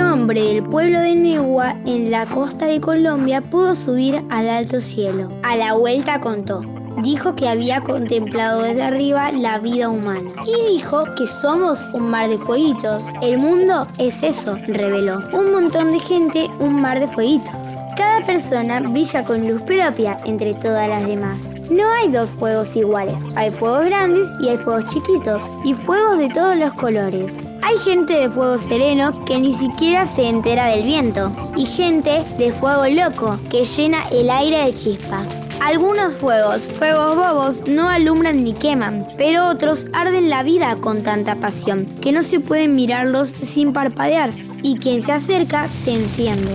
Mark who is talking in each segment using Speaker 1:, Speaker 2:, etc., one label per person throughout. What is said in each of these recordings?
Speaker 1: hombre del pueblo de Negua en la costa de Colombia pudo subir al alto cielo. A la vuelta contó. Dijo que había contemplado desde arriba la vida humana. Y dijo que somos un mar de fueguitos. El mundo es eso, reveló. Un montón de gente, un mar de fueguitos. Cada persona brilla con luz propia entre todas las demás. No hay dos fuegos iguales, hay fuegos grandes y hay fuegos chiquitos, y fuegos de todos los colores. Hay gente de fuego sereno que ni siquiera se entera del viento, y gente de fuego loco que llena el aire de chispas. Algunos fuegos, fuegos bobos, no alumbran ni queman, pero otros arden la vida con tanta pasión que no se pueden mirarlos sin parpadear, y quien se acerca se enciende.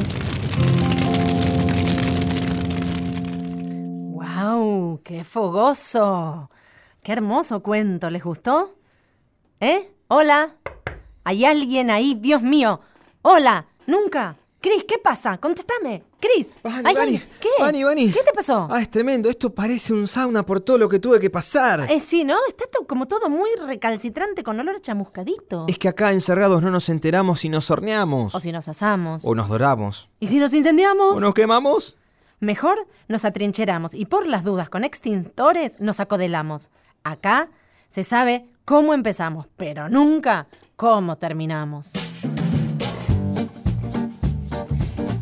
Speaker 2: ¡Wow! ¡Qué fogoso! ¡Qué hermoso cuento! ¿Les gustó? ¿Eh? ¡Hola! ¿Hay alguien ahí? ¡Dios mío! ¡Hola! ¡Nunca! Cris, ¿qué pasa? Contéstame. Cris.
Speaker 3: Vani,
Speaker 2: ¿hay
Speaker 3: Vani,
Speaker 2: alguien? ¿Qué?
Speaker 3: Vani, Vani.
Speaker 2: ¿Qué te pasó?
Speaker 3: Ah, es tremendo. Esto parece un sauna por todo lo que tuve que pasar.
Speaker 2: Eh, sí, ¿no? Está to- como todo muy recalcitrante con olor a chamuscadito.
Speaker 3: Es que acá encerrados no nos enteramos y nos horneamos.
Speaker 2: O si nos asamos.
Speaker 3: O nos doramos.
Speaker 2: ¿Y si nos incendiamos?
Speaker 3: O nos quemamos.
Speaker 2: Mejor nos atrincheramos y por las dudas con extintores nos acodelamos. Acá se sabe cómo empezamos, pero nunca cómo terminamos.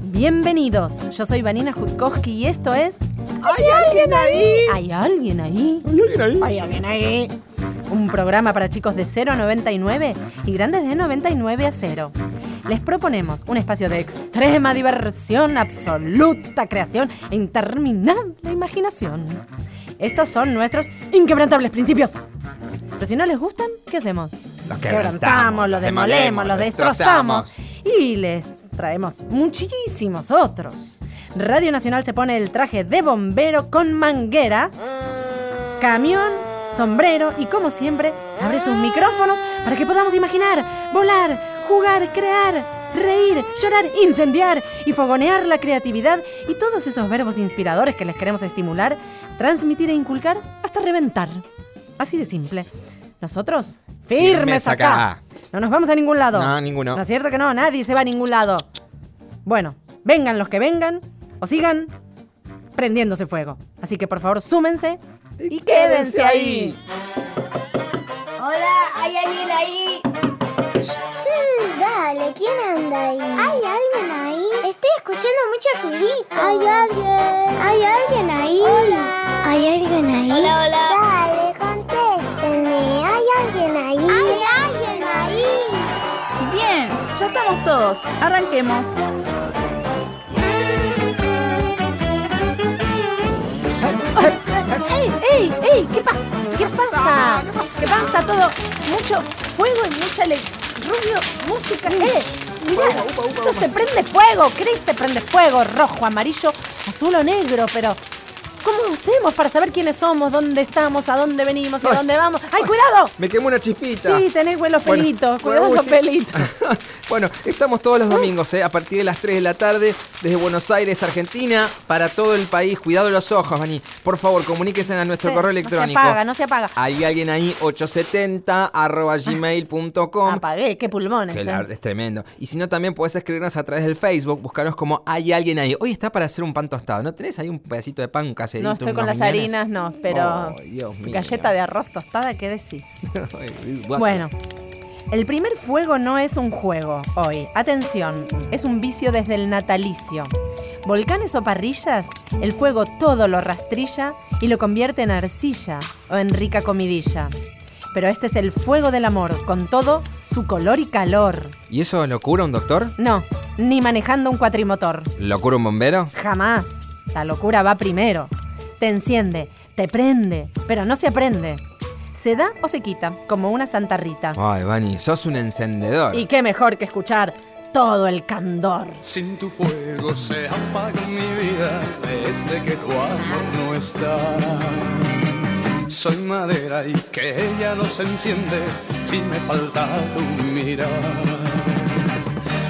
Speaker 2: Bienvenidos, yo soy Vanina Jutkowski y esto es...
Speaker 3: ¿Hay alguien ahí?
Speaker 2: ¿Hay alguien ahí?
Speaker 3: ¿Hay alguien ahí?
Speaker 2: ¿Hay alguien ahí? Un programa para chicos de 0 a 99 y grandes de 99 a 0. Les proponemos un espacio de extrema diversión, absoluta creación e interminable imaginación. Estos son nuestros inquebrantables principios. Pero si no les gustan, ¿qué hacemos?
Speaker 3: Los
Speaker 2: quebrantamos, los demolemos, los destrozamos y les traemos muchísimos otros. Radio Nacional se pone el traje de bombero con manguera, camión, sombrero y como siempre abre sus micrófonos para que podamos imaginar, volar, jugar, crear, reír, llorar, incendiar y fogonear la creatividad y todos esos verbos inspiradores que les queremos estimular, transmitir e inculcar hasta reventar. Así de simple. Nosotros, firmes,
Speaker 3: Firmes
Speaker 2: acá.
Speaker 3: acá.
Speaker 2: No nos vamos a ningún lado.
Speaker 3: No, ninguno.
Speaker 2: No es cierto que no, nadie se va a ningún lado. Bueno, vengan los que vengan o sigan prendiéndose fuego. Así que por favor, súmense y, quédense ahí.
Speaker 4: Hola, ¿hay alguien ahí?
Speaker 5: dale, ¿quién anda ahí?
Speaker 4: ¿Hay alguien ahí?
Speaker 5: Estoy escuchando muchos ruiditos.
Speaker 4: ¿Hay alguien?
Speaker 5: ¿Hay alguien ahí?
Speaker 4: Hola.
Speaker 5: ¿Hay alguien ahí?
Speaker 4: Hola, hola.
Speaker 5: Dale, contéstenme. ¿Hay alguien ahí?
Speaker 4: ¿Hay alguien ahí?
Speaker 6: Bien, ya estamos todos. Arranquemos.
Speaker 2: ¡Ey, ey, ey! ¿Qué pasa? ¿Qué pasa? ¿Qué pasa? Todo mucho fuego y mucha le- rubio, música. ¡Eh! Mirá, esto se prende fuego. Chris se prende fuego. Rojo, amarillo, azul o negro, pero... ¿Cómo hacemos para saber quiénes somos, dónde estamos, a dónde venimos, a dónde vamos? ¡Ay, cuidado!
Speaker 3: Me quemó una chispita.
Speaker 2: Sí, tenés buen los
Speaker 3: Bueno,
Speaker 2: pelitos,
Speaker 3: bueno,
Speaker 2: cuidado
Speaker 3: vos
Speaker 2: los
Speaker 3: sí.
Speaker 2: pelitos.
Speaker 3: bueno, estamos todos los domingos, ¿eh? A partir de las 3 de la tarde, desde Buenos Aires, Argentina, para todo el país. Cuidado los ojos, Vani. Por favor, comuníquense a nuestro
Speaker 2: Sí,
Speaker 3: correo
Speaker 2: no se
Speaker 3: electrónico.
Speaker 2: apaga, no se apaga.
Speaker 3: Hay alguien ahí, 870 arroba gmail.com.
Speaker 2: Apagué, qué pulmones.
Speaker 3: Que
Speaker 2: eh.
Speaker 3: la verdad es tremendo. Y si no, también podés escribirnos a través del Facebook, buscarnos como hay alguien ahí. Hoy está para hacer un pan tostado. ¿No tenés ahí un pedacito de pan, un caserito?
Speaker 2: No estoy con
Speaker 3: unos
Speaker 2: las
Speaker 3: miñones?
Speaker 2: harinas, no, pero.
Speaker 3: Oh, Dios mío.
Speaker 2: Galleta de arroz tostada, ¿qué decís?
Speaker 3: Ay,
Speaker 2: Bueno, el primer fuego no es un juego hoy. Atención, es un vicio desde el natalicio. Volcanes o parrillas, el fuego todo lo rastrilla y lo convierte en arcilla o en rica comidilla. Pero este es el fuego del amor, con todo su color y calor.
Speaker 3: ¿Y eso lo cura un doctor?
Speaker 2: No, ni manejando un cuatrimotor.
Speaker 3: ¿Lo cura un bombero?
Speaker 2: Jamás. La locura va primero. Te enciende, te prende, pero no se aprende. Se da o se quita, como una Santa Rita.
Speaker 3: Ay, Vani, sos un encendedor.
Speaker 2: Y qué mejor que escuchar todo el candor.
Speaker 7: Sin tu fuego se apaga mi vida desde que tu amor no está. Soy madera y que ella los enciende si me falta tu mirar.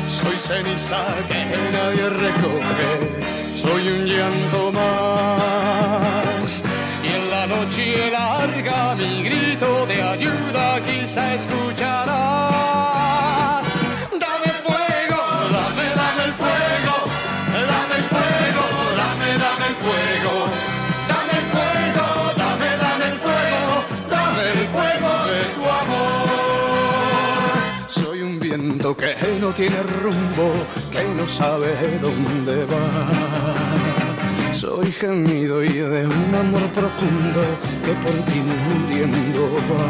Speaker 7: Soy ceniza que nadie recoge, soy un llanto más. Y en la noche larga mi grito de ayuda quizá escucharás. Dame fuego, dame viento que no tiene rumbo, que no sabe dónde va. Soy gemido y de un amor profundo que por ti muriendo va.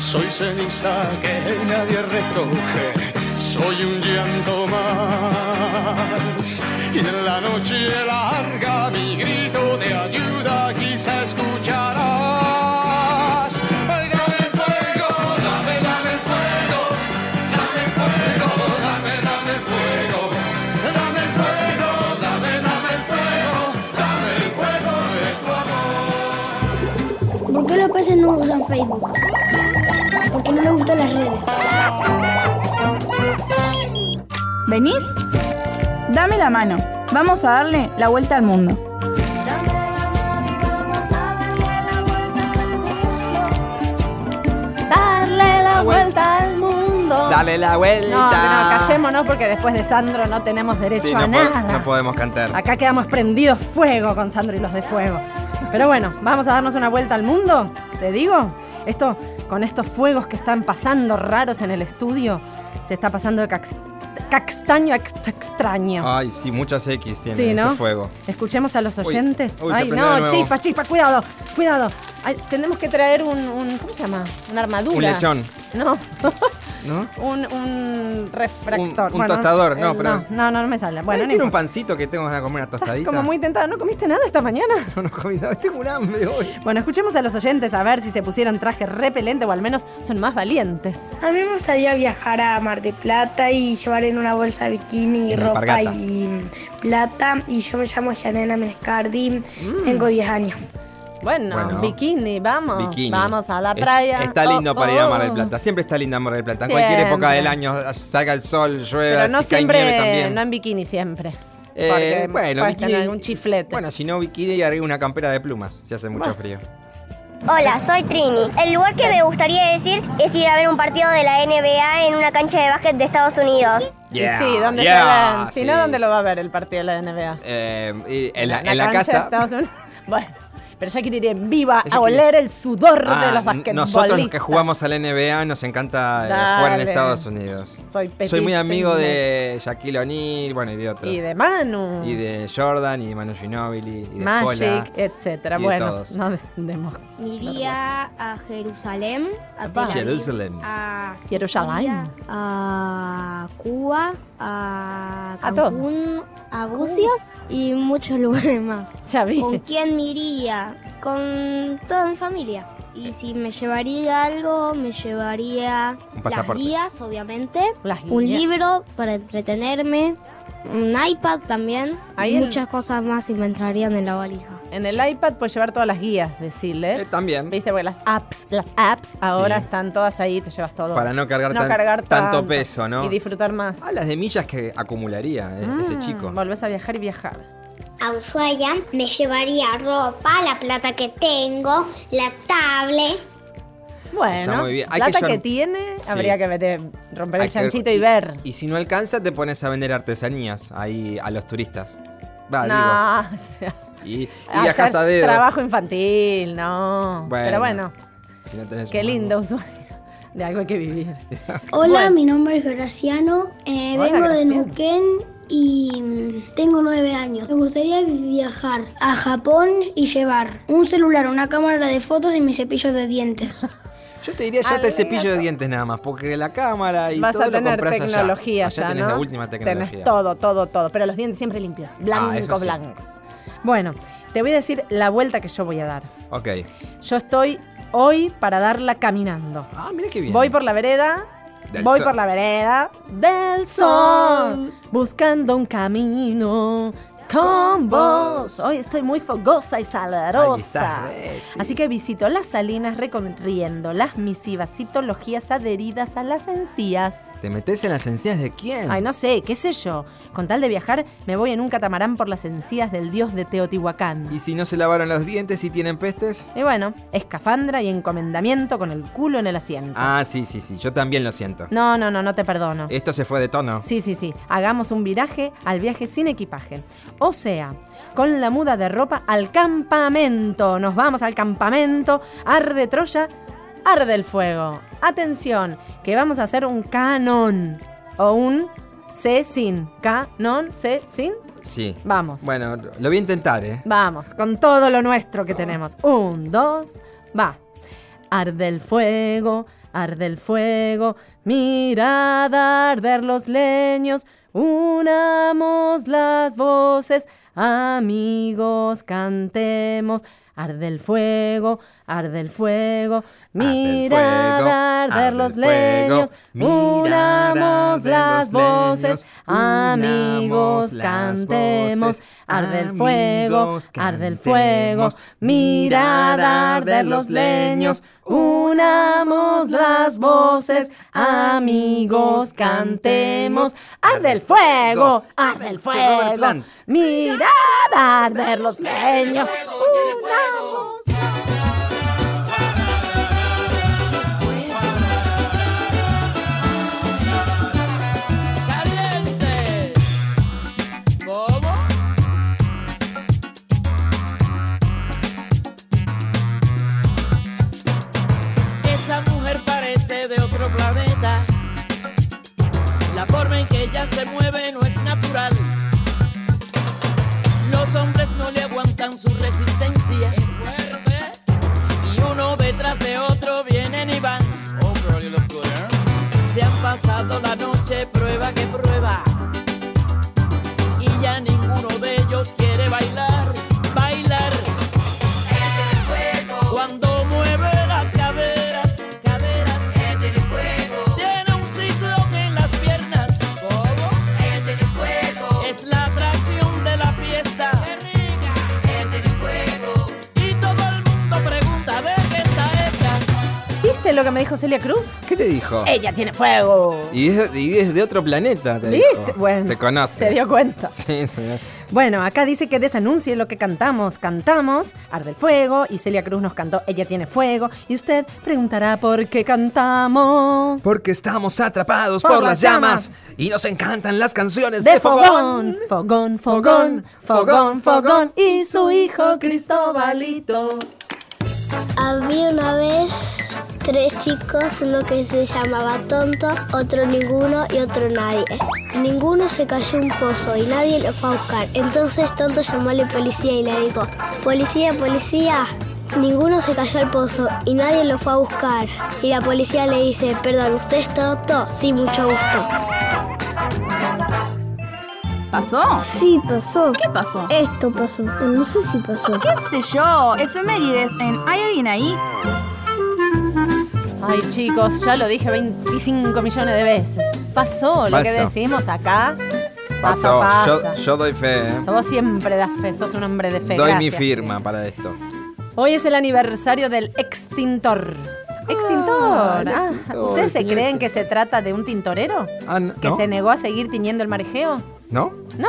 Speaker 7: Soy ceniza que nadie recoge, soy un llanto más. Y en la noche larga mi grito de ayuda quizá escucharás. Ay, dame fuego, dame, dame fuego, dame fuego, dame, dame fuego, dame fuego, dame, dame fuego, dame el fuego de tu amor.
Speaker 5: ¿Por qué los peces no usan Facebook? Porque no me gustan las redes.
Speaker 6: ¿Venís? Dame la mano. Vamos a darle la vuelta al mundo.
Speaker 2: Darle la vuelta al mundo.
Speaker 3: Dale la
Speaker 2: no,
Speaker 3: vuelta.
Speaker 2: no, callémonos porque después de Sandro no tenemos derecho
Speaker 3: Sí, no,
Speaker 2: a
Speaker 3: po-
Speaker 2: nada.
Speaker 3: no podemos cantar.
Speaker 2: Acá quedamos prendidos fuego con Sandro y los de fuego. Pero bueno, vamos a darnos una vuelta al mundo, te digo. Esto, con estos fuegos que están pasando raros en el estudio, se está pasando de cax- caxtaño a ext- extraño.
Speaker 3: Ay, sí, muchas X tiene
Speaker 2: Sí,
Speaker 3: este
Speaker 2: ¿no?
Speaker 3: fuego.
Speaker 2: Escuchemos a los
Speaker 3: Uy,
Speaker 2: oyentes.
Speaker 3: uy, se
Speaker 2: Ay,
Speaker 3: prendió de
Speaker 2: no,
Speaker 3: nuevo.
Speaker 2: chispa, chispa, cuidado, cuidado. Ay, tenemos que traer un, un- ¿Cómo se llama? Una armadura.
Speaker 3: Un lechón.
Speaker 2: No.
Speaker 3: ¿No?
Speaker 2: un, un refractor.
Speaker 3: Un- un tostador, no,
Speaker 2: eh,
Speaker 3: pero-
Speaker 2: No, no, no me sale. Bueno,
Speaker 3: Ay,
Speaker 2: no
Speaker 3: tiene un
Speaker 2: importa.
Speaker 3: pancito que tengo ganas de comer una
Speaker 2: Estás
Speaker 3: tostadita.
Speaker 2: como muy tentado. ¿No comiste nada esta mañana?
Speaker 3: No, no comí nada. Tengo un hambre hoy.
Speaker 2: Bueno, escuchemos a los oyentes a ver si se pusieron traje repelente o al menos son más valientes.
Speaker 5: A mí me gustaría viajar a Mar de Plata y llevar en una bolsa bikini,
Speaker 3: En
Speaker 5: ropa
Speaker 3: alpargatas.
Speaker 5: y plata. Y yo me llamo Janena Menescardi,
Speaker 3: Mm.
Speaker 5: tengo 10 años.
Speaker 2: Bueno,
Speaker 3: Bueno.
Speaker 2: bikini, vamos.
Speaker 3: Bikini.
Speaker 2: Vamos a la
Speaker 3: Es-
Speaker 2: playa.
Speaker 3: Está lindo
Speaker 2: Oh,
Speaker 3: para ir a Mar del
Speaker 2: oh.
Speaker 3: Plata. Siempre está lindo Mar del Plata. En
Speaker 2: Siempre.
Speaker 3: cualquier época del año, salga el sol, llueva,
Speaker 2: Pero no
Speaker 3: si cae nieve
Speaker 2: siempre,
Speaker 3: también.
Speaker 2: no en bikini siempre.
Speaker 3: Eh,
Speaker 2: Porque
Speaker 3: bueno,
Speaker 2: puedes
Speaker 3: bikini-
Speaker 2: tener algún chiflete.
Speaker 3: Bueno, si no bikini y arriba una campera de plumas, si hace mucho
Speaker 2: Bueno.
Speaker 3: frío.
Speaker 4: Hola, soy Trini. El lugar que me gustaría decir es ir a ver un partido de la NBA en una cancha de básquet de Estados Unidos.
Speaker 2: Y
Speaker 3: Yeah,
Speaker 2: sí, ¿dónde
Speaker 3: yeah,
Speaker 2: se ven? Si
Speaker 3: sí.
Speaker 2: no, ¿dónde lo va a ver el partido de la NBA?
Speaker 3: Eh, y en la,
Speaker 2: Una
Speaker 3: en la
Speaker 2: cancha de
Speaker 3: casa.
Speaker 2: Estados Unidos. Bueno, pero ya quiere ir en viva
Speaker 3: Ella
Speaker 2: a
Speaker 3: quiere-
Speaker 2: oler el sudor
Speaker 3: Ah,
Speaker 2: de los
Speaker 3: n-
Speaker 2: basquetbolistas.
Speaker 3: nosotros los que jugamos a la NBA nos encanta eh, jugar en
Speaker 2: Dale.
Speaker 3: Estados Unidos.
Speaker 2: Soy Petit
Speaker 3: Soy muy amigo
Speaker 2: Signe.
Speaker 3: de Shaquille O'Neal, bueno, y de otros.
Speaker 2: Y de Manu.
Speaker 3: Y de Jordan, y de Manu Ginobili, y de Scola.
Speaker 2: Magic, etcétera.
Speaker 3: y de
Speaker 2: Bueno,
Speaker 3: todos.
Speaker 2: no de- demos
Speaker 1: Iría a Jerusalén, a
Speaker 2: Apa.
Speaker 1: Tel Aviv,
Speaker 3: Jerusalén.
Speaker 2: ah,
Speaker 1: a Sicilia,
Speaker 2: Jerusalén.
Speaker 1: a Cuba, a
Speaker 2: A todo.
Speaker 1: Cancún, a Bucios y muchos lugares más.
Speaker 2: Ya vi.
Speaker 1: ¿Con quién me iría? Con toda mi familia. Y si me llevaría algo, me llevaría
Speaker 3: Un pasaporte.
Speaker 1: las guías, obviamente,
Speaker 2: Las
Speaker 1: un
Speaker 2: guías.
Speaker 1: libro para entretenerme, un iPad también,
Speaker 2: Ahí
Speaker 1: y
Speaker 2: el-
Speaker 1: muchas cosas más y me entrarían en la valija.
Speaker 2: En el iPad puedes llevar todas las guías, decirle.
Speaker 3: Eh, también.
Speaker 2: Viste, porque las apps, las apps ahora están todas ahí, te llevas todo.
Speaker 3: Para no cargar, tan-
Speaker 2: cargar
Speaker 3: tanto, peso, ¿no?
Speaker 2: Y disfrutar más.
Speaker 3: Ah, las de millas que acumularía eh, ese
Speaker 2: Mm,
Speaker 3: chico.
Speaker 2: Volvés a viajar y viajar.
Speaker 5: A Ushuaia me llevaría ropa, la plata que tengo, la tablet.
Speaker 2: Bueno,
Speaker 3: muy bien. Hay que
Speaker 2: plata que,
Speaker 3: llevar-
Speaker 2: tiene,
Speaker 3: Sí.
Speaker 2: habría que meter, romper
Speaker 3: Hay
Speaker 2: el
Speaker 3: que-
Speaker 2: chanchito y, ver.
Speaker 3: Y si no alcanza, te pones a vender artesanías ahí a los turistas. Va,
Speaker 2: no, o sea,
Speaker 3: digo. Y, y
Speaker 2: hacer
Speaker 3: viajas a dedo.
Speaker 2: Trabajo infantil, no.
Speaker 3: Bueno,
Speaker 2: Pero bueno,
Speaker 3: Si no tenés
Speaker 2: qué
Speaker 3: un
Speaker 2: lindo Ushuaia. De algo hay que vivir.
Speaker 5: Hola,
Speaker 2: Bueno.
Speaker 5: mi nombre es Graciano, eh,
Speaker 2: Hola,
Speaker 5: vengo de
Speaker 2: Graciano.
Speaker 5: Neuquén y mm, tengo nueve años. Me gustaría viajar a Japón y llevar un celular, una cámara de fotos y mi cepillo de dientes.
Speaker 3: Yo te diría ya te cepillo de dientes nada más, porque la cámara y
Speaker 2: Vas
Speaker 3: todo
Speaker 2: a
Speaker 3: lo
Speaker 2: tener
Speaker 3: compras allá.
Speaker 2: tecnología
Speaker 3: allá.
Speaker 2: ya,
Speaker 3: tenés
Speaker 2: ¿no?
Speaker 3: la última tecnología. Ah,
Speaker 2: Tenés todo, todo, todo. Pero los dientes siempre limpios.
Speaker 3: eso
Speaker 2: Blancos,
Speaker 3: sí.
Speaker 2: blancos. Bueno, te voy a decir la vuelta que yo voy a dar.
Speaker 3: Ok.
Speaker 2: Yo estoy hoy para darla caminando.
Speaker 3: Ah, mira qué bien.
Speaker 2: Voy por la vereda.
Speaker 3: Del
Speaker 2: voy
Speaker 3: sol.
Speaker 2: por la vereda del sol, buscando un camino con vos. Hoy estoy muy fogosa y salarosa.
Speaker 3: Ay, estás re, eh, sí.
Speaker 2: Así que visito las salinas recorriendo las misivas citologías adheridas a las encías.
Speaker 3: ¿Te metes en las encías de quién?
Speaker 2: Ay, no sé, qué sé yo. Con tal de viajar, me voy en un catamarán por las encías del dios de Teotihuacán.
Speaker 3: ¿Y si no se lavaron los dientes y tienen pestes?
Speaker 2: Y bueno, escafandra y encomendamiento con el culo en el asiento.
Speaker 3: Ah, sí, sí, sí. Yo también lo siento.
Speaker 2: No, no, no, no te perdono.
Speaker 3: Esto se fue de tono.
Speaker 2: Sí, sí, sí. Hagamos un viraje al viaje sin equipaje. O sea, con la muda de ropa al campamento. Nos vamos al campamento. Arde Troya. Arde el fuego. Atención, que vamos a hacer un canon. O un C sin. Canon, C sin.
Speaker 3: Sí.
Speaker 2: Vamos.
Speaker 3: Bueno, lo voy a intentar, ¿eh?
Speaker 2: Vamos, con todo lo nuestro que tenemos. Un, dos, va. Arde el fuego, arde el fuego, mirad arder los leños, unamos las voces, amigos, cantemos. Arde el fuego, arde el fuego,
Speaker 3: Arde el
Speaker 2: mirad
Speaker 3: fuego,
Speaker 2: arder
Speaker 3: arde
Speaker 2: los
Speaker 3: el fuego,
Speaker 2: leños,
Speaker 3: mirad
Speaker 2: unamos
Speaker 3: arder los
Speaker 2: las voces,
Speaker 3: leños, unamos
Speaker 2: amigos,
Speaker 3: las
Speaker 2: cantemos.
Speaker 3: voces,
Speaker 2: Arde el fuego,
Speaker 3: amigos,
Speaker 2: arde el fuego,
Speaker 3: cantemos,
Speaker 2: mirad arder los leños, unamos las voces, amigos, cantemos. Arde el fuego, arde el
Speaker 3: Se acabó el
Speaker 2: fuego,
Speaker 3: plan.
Speaker 2: mirad arder los leños, unamos.
Speaker 8: caliente. ¿Cómo? Esa mujer parece de otro planeta. La forma en que ella se mueve no es natural. Los hombres no le aguantan su resistencia. Y uno detrás de otro vienen y van. Se han pasado la noche, prueba que prueba. Y ya ninguno de ellos quiere bailar, bailar. Cuando mueve las caderas, caderas, tiene un ciclón en las piernas. Es la atracción de la fiesta. Y todo el mundo pregunta de qué está hecha.
Speaker 2: ¿Viste lo que me dijo Celia Cruz?
Speaker 3: ¿Qué te dijo?
Speaker 2: Ella tiene fuego.
Speaker 3: Y es, y es de otro planeta, te
Speaker 2: ¿Viste?
Speaker 3: dijo.
Speaker 2: Bueno,
Speaker 3: Te conoce.
Speaker 2: Se dio cuenta.
Speaker 3: Sí, sí.
Speaker 2: Bueno, acá dice que desanuncie lo que cantamos. Cantamos Arde el Fuego y Celia Cruz nos cantó Ella tiene fuego. Y usted preguntará por qué cantamos.
Speaker 3: Porque estamos atrapados
Speaker 2: Por
Speaker 3: por, las
Speaker 2: las llamas.
Speaker 3: llamas. y nos encantan las canciones de,
Speaker 2: de fogón, fogón, fogón, fogón, fogón y su hijo Cristobalito.
Speaker 5: Había una vez tres chicos, uno que se llamaba tonto, otro ninguno y otro nadie. Ninguno se cayó a un pozo y nadie lo fue a buscar. Entonces tonto llamó a la policía y le dijo, policía, policía. Ninguno se cayó al pozo y nadie lo fue a buscar. Y la policía le dice, perdón, ¿usted es tonto? Sí, mucho gusto.
Speaker 6: ¿Pasó?
Speaker 5: Sí, pasó.
Speaker 6: ¿Qué pasó?
Speaker 5: Esto pasó. No sé si pasó.
Speaker 6: ¿Qué sé yo? Efemérides en ¿Hay alguien ahí?
Speaker 2: Ay chicos, ya lo dije 25 millones de veces. Pasó lo que
Speaker 3: Pasó.
Speaker 2: decimos acá. Pasa,
Speaker 3: Pasó,
Speaker 2: pasa.
Speaker 3: yo, yo doy fe. ¿eh?
Speaker 2: So, Vos siempre das fe, sos un hombre de fe.
Speaker 3: Doy mi
Speaker 2: gracias.
Speaker 3: firma para esto.
Speaker 2: Hoy es el aniversario del extintor. Extintor.
Speaker 3: Ah, el
Speaker 2: Ah,
Speaker 3: extintor,
Speaker 2: ¿Ustedes se
Speaker 3: señor
Speaker 2: creen
Speaker 3: extintor.
Speaker 2: que se trata de un tintorero?
Speaker 3: Ah, n-
Speaker 2: ¿Que
Speaker 3: ¿no?
Speaker 2: se negó a seguir tiñendo el marejeo?
Speaker 3: ¿No?
Speaker 2: No.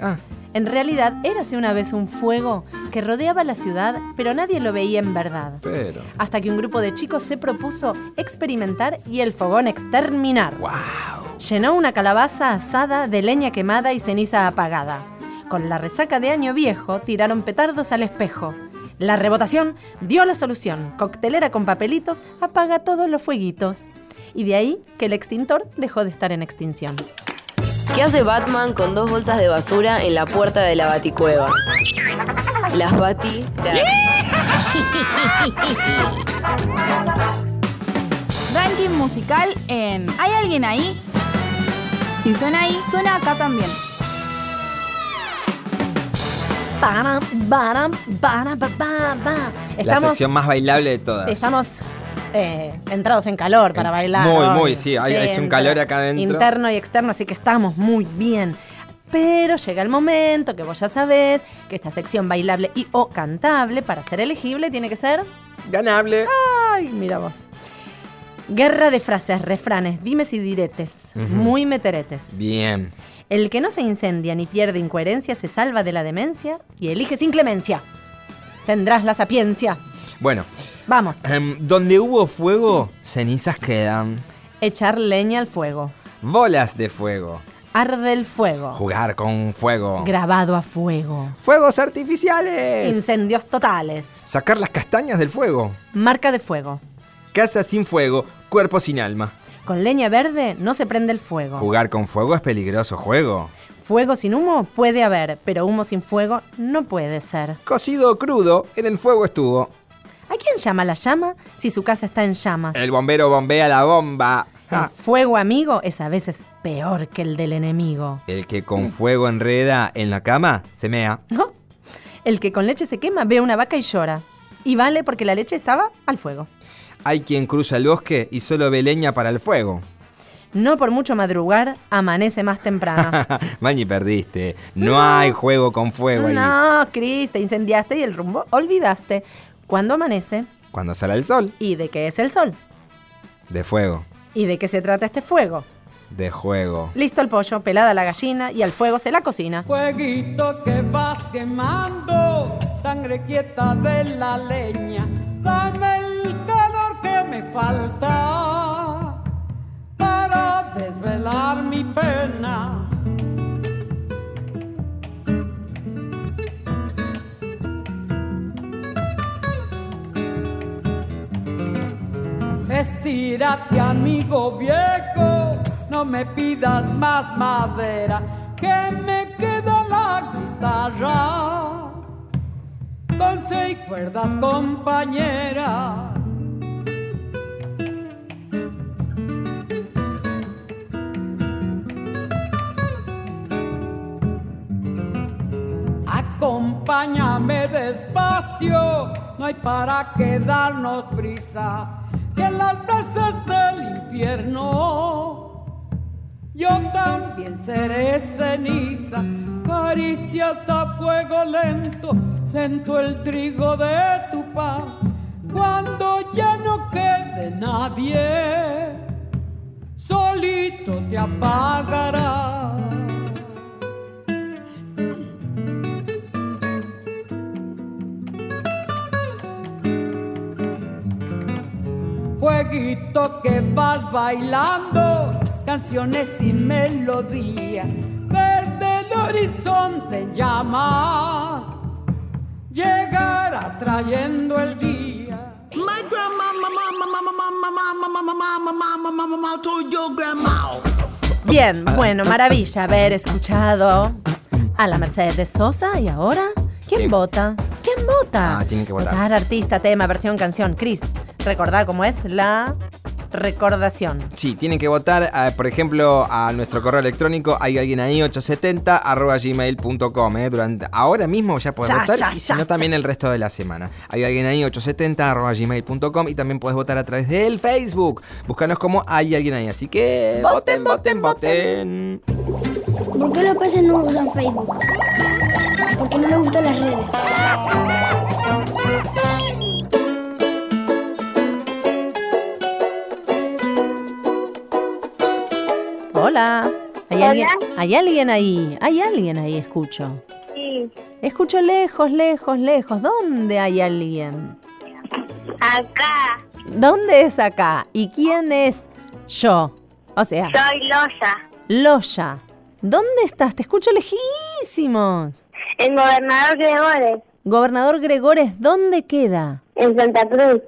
Speaker 3: Ah,
Speaker 2: En realidad, érase una vez un fuego que rodeaba la ciudad, pero nadie lo veía en verdad.
Speaker 3: pero.
Speaker 2: Hasta que un grupo de chicos se propuso experimentar y el fogón exterminar.
Speaker 3: ¡Wow!
Speaker 2: Llenó una calabaza asada de leña quemada y ceniza apagada. Con la resaca de año viejo tiraron petardos al espejo. La rebotación dio la solución. Coctelera con papelitos apaga todos los fueguitos. Y de ahí que el extintor dejó de estar en extinción.
Speaker 9: ¿Qué hace Batman con dos bolsas de basura en la puerta de la baticueva? Las bati...
Speaker 6: Ranking musical en ¿Hay alguien ahí? Si suena ahí, suena acá también.
Speaker 2: Param, baram, baram, ba, ba, ba.
Speaker 3: La
Speaker 2: Estamos,
Speaker 3: sección más bailable de todas.
Speaker 2: estamos eh, entrados en calor para
Speaker 3: Eh,
Speaker 2: bailar.
Speaker 3: muy,
Speaker 2: obvio.
Speaker 3: muy, sí, hay- es un
Speaker 2: entra-
Speaker 3: calor acá adentro.
Speaker 2: Interno y externo, así que estamos muy bien. Pero llega el momento que vos ya sabés que esta sección bailable y o cantable para ser elegible tiene que ser.
Speaker 3: Ganable.
Speaker 2: Ay, mira vos. Guerra de frases, refranes, dimes y diretes,
Speaker 3: Ujú.
Speaker 2: muy meteretes.
Speaker 3: Bien.
Speaker 2: El que no se incendia ni pierde incoherencia se salva de la demencia y elige sin clemencia. Tendrás la sapiencia.
Speaker 3: Bueno,
Speaker 2: Vamos,
Speaker 3: em, donde hubo fuego, cenizas quedan.
Speaker 2: echar leña al fuego.
Speaker 3: Bolas de fuego.
Speaker 2: Arde el fuego.
Speaker 3: Jugar con fuego.
Speaker 2: Grabado a fuego.
Speaker 3: Fuegos artificiales.
Speaker 2: Incendios totales.
Speaker 3: Sacar las castañas del fuego.
Speaker 2: Marca de fuego.
Speaker 3: Casa sin fuego, cuerpo sin alma.
Speaker 2: Con leña verde no se prende el fuego.
Speaker 3: Jugar con fuego es peligroso juego.
Speaker 2: Fuego sin humo puede haber, pero humo sin fuego no puede ser.
Speaker 3: Cocido o crudo, en el fuego estuvo.
Speaker 2: ¿A quién llama la llama si su casa está en llamas?
Speaker 3: El bombero bombea la bomba.
Speaker 2: El
Speaker 3: Ja.
Speaker 2: fuego amigo es a veces peor que el del enemigo.
Speaker 3: El que con fuego enreda en la cama, se mea.
Speaker 2: ¿No? El que con leche se quema ve una vaca y llora. Y vale porque la leche estaba al fuego.
Speaker 3: Hay quien cruza el bosque y solo ve leña para el fuego.
Speaker 2: No por mucho madrugar, amanece más temprano.
Speaker 3: Mañi perdiste. No hay juego con fuego ahí.
Speaker 2: no, Cris, te incendiaste y el rumbo olvidaste. ¿Cuándo amanece?
Speaker 3: Cuando sale el sol,
Speaker 2: ¿Y de qué es el sol?
Speaker 3: de fuego,
Speaker 2: ¿Y de qué se trata este fuego?
Speaker 3: de juego.
Speaker 2: Listo el pollo, pelada la gallina y al fuego se la cocina.
Speaker 10: Fueguito que vas quemando, sangre quieta de la leña, dame el calor que me falta para desvelar mi pena. Estírate, amigo viejo, no me pidas más madera, que me queda la guitarra. Con seis cuerdas, compañera. Acompáñame despacio, no hay para que darnos prisa. Que en las brasas del infierno yo también seré ceniza. Caricias a fuego lento, lento el trigo de tu pan. Cuando ya no quede nadie, solito te apagarás. Fueguito que vas bailando, canciones sin melodía, desde el horizonte llama, llegarás trayendo el día.
Speaker 8: My grandma, mama, mama, mama, mama, mama, mama, mama, mama, mama, told your grandma.
Speaker 2: Bien, bueno, maravilla haber escuchado a la Mercedes Sosa y ahora, ¿quién vota? ¿Quién vota?
Speaker 3: Ah, tienen que votar.
Speaker 2: artista, tema, versión, canción. Cris, recordá cómo es la recordación.
Speaker 3: Sí, tienen que votar, eh, por ejemplo, a nuestro correo electrónico, hay alguien ahí, 870 arroba gmail.com. eh, durante, ahora mismo ya puedes
Speaker 2: Ya,
Speaker 3: votar
Speaker 2: ya,
Speaker 3: y si
Speaker 2: ya,
Speaker 3: no también el resto de la semana. Hay alguien ahí, 870 arroba gmail.com y también puedes votar a través del Facebook. Búscanos como hay alguien ahí. Así que voten, voten, voten.
Speaker 5: ¿Por qué los peces no usan Facebook? Porque no les gustan las redes.
Speaker 2: Hola. ¿Hay,
Speaker 4: Hola.
Speaker 2: Alguien, ¿Hay alguien ahí? ¿Hay alguien ahí? Escucho.
Speaker 4: Sí,
Speaker 2: Escucho lejos, lejos, lejos. ¿Dónde hay alguien?
Speaker 4: acá
Speaker 2: ¿Dónde es acá? ¿Y quién es yo? O sea,
Speaker 4: soy Losa,
Speaker 2: Loya. ¿Dónde estás? Te escucho lejísimos.
Speaker 4: el gobernador Gregores,
Speaker 2: Gobernador Gregores, ¿dónde queda?
Speaker 4: en Santa Cruz.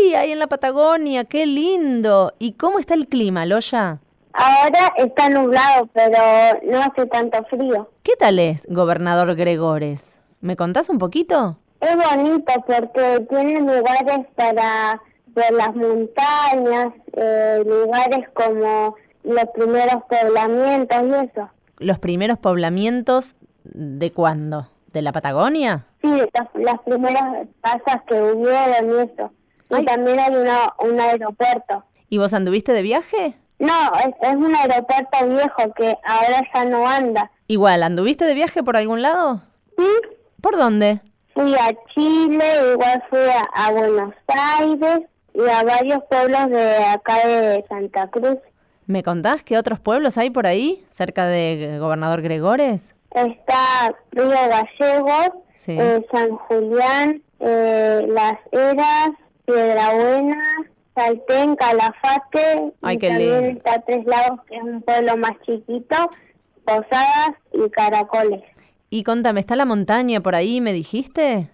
Speaker 2: Uy, ahí en la Patagonia, qué lindo. ¿Y cómo está el clima, Loya?
Speaker 4: Ahora está nublado, pero no hace tanto frío.
Speaker 2: ¿Qué tal es, Gobernador Gregores? ¿Me contás un poquito?
Speaker 4: Es bonito porque tiene lugares para ver las montañas, eh, lugares como los primeros poblamientos y eso.
Speaker 2: ¿Los primeros poblamientos de cuándo? ¿De la Patagonia?
Speaker 4: Sí, las, las primeras casas que hubieron y eso. Y
Speaker 2: Ay.
Speaker 4: también hay una, un aeropuerto.
Speaker 2: ¿Y vos anduviste de viaje?
Speaker 4: No, es, es un aeropuerto viejo que ahora ya no anda.
Speaker 2: Igual, ¿anduviste de viaje por algún lado?
Speaker 4: Sí,
Speaker 2: ¿Por dónde?
Speaker 4: fui a Chile, igual fui a, a Buenos Aires y a varios pueblos de acá de Santa Cruz.
Speaker 2: ¿Me contás qué otros pueblos hay por ahí, cerca de Gobernador Gregores?
Speaker 4: Está Río Gallegos,
Speaker 2: Sí.
Speaker 4: eh, San Julián, eh, Las Heras, Piedra Buena, Saltén, Calafate.
Speaker 2: Ay,
Speaker 4: y
Speaker 2: qué
Speaker 4: también
Speaker 2: lindo.
Speaker 4: está Tres Lagos, que es un pueblo más chiquito, Posadas y Caracoles.
Speaker 2: Y contame, ¿está la montaña por ahí, me dijiste?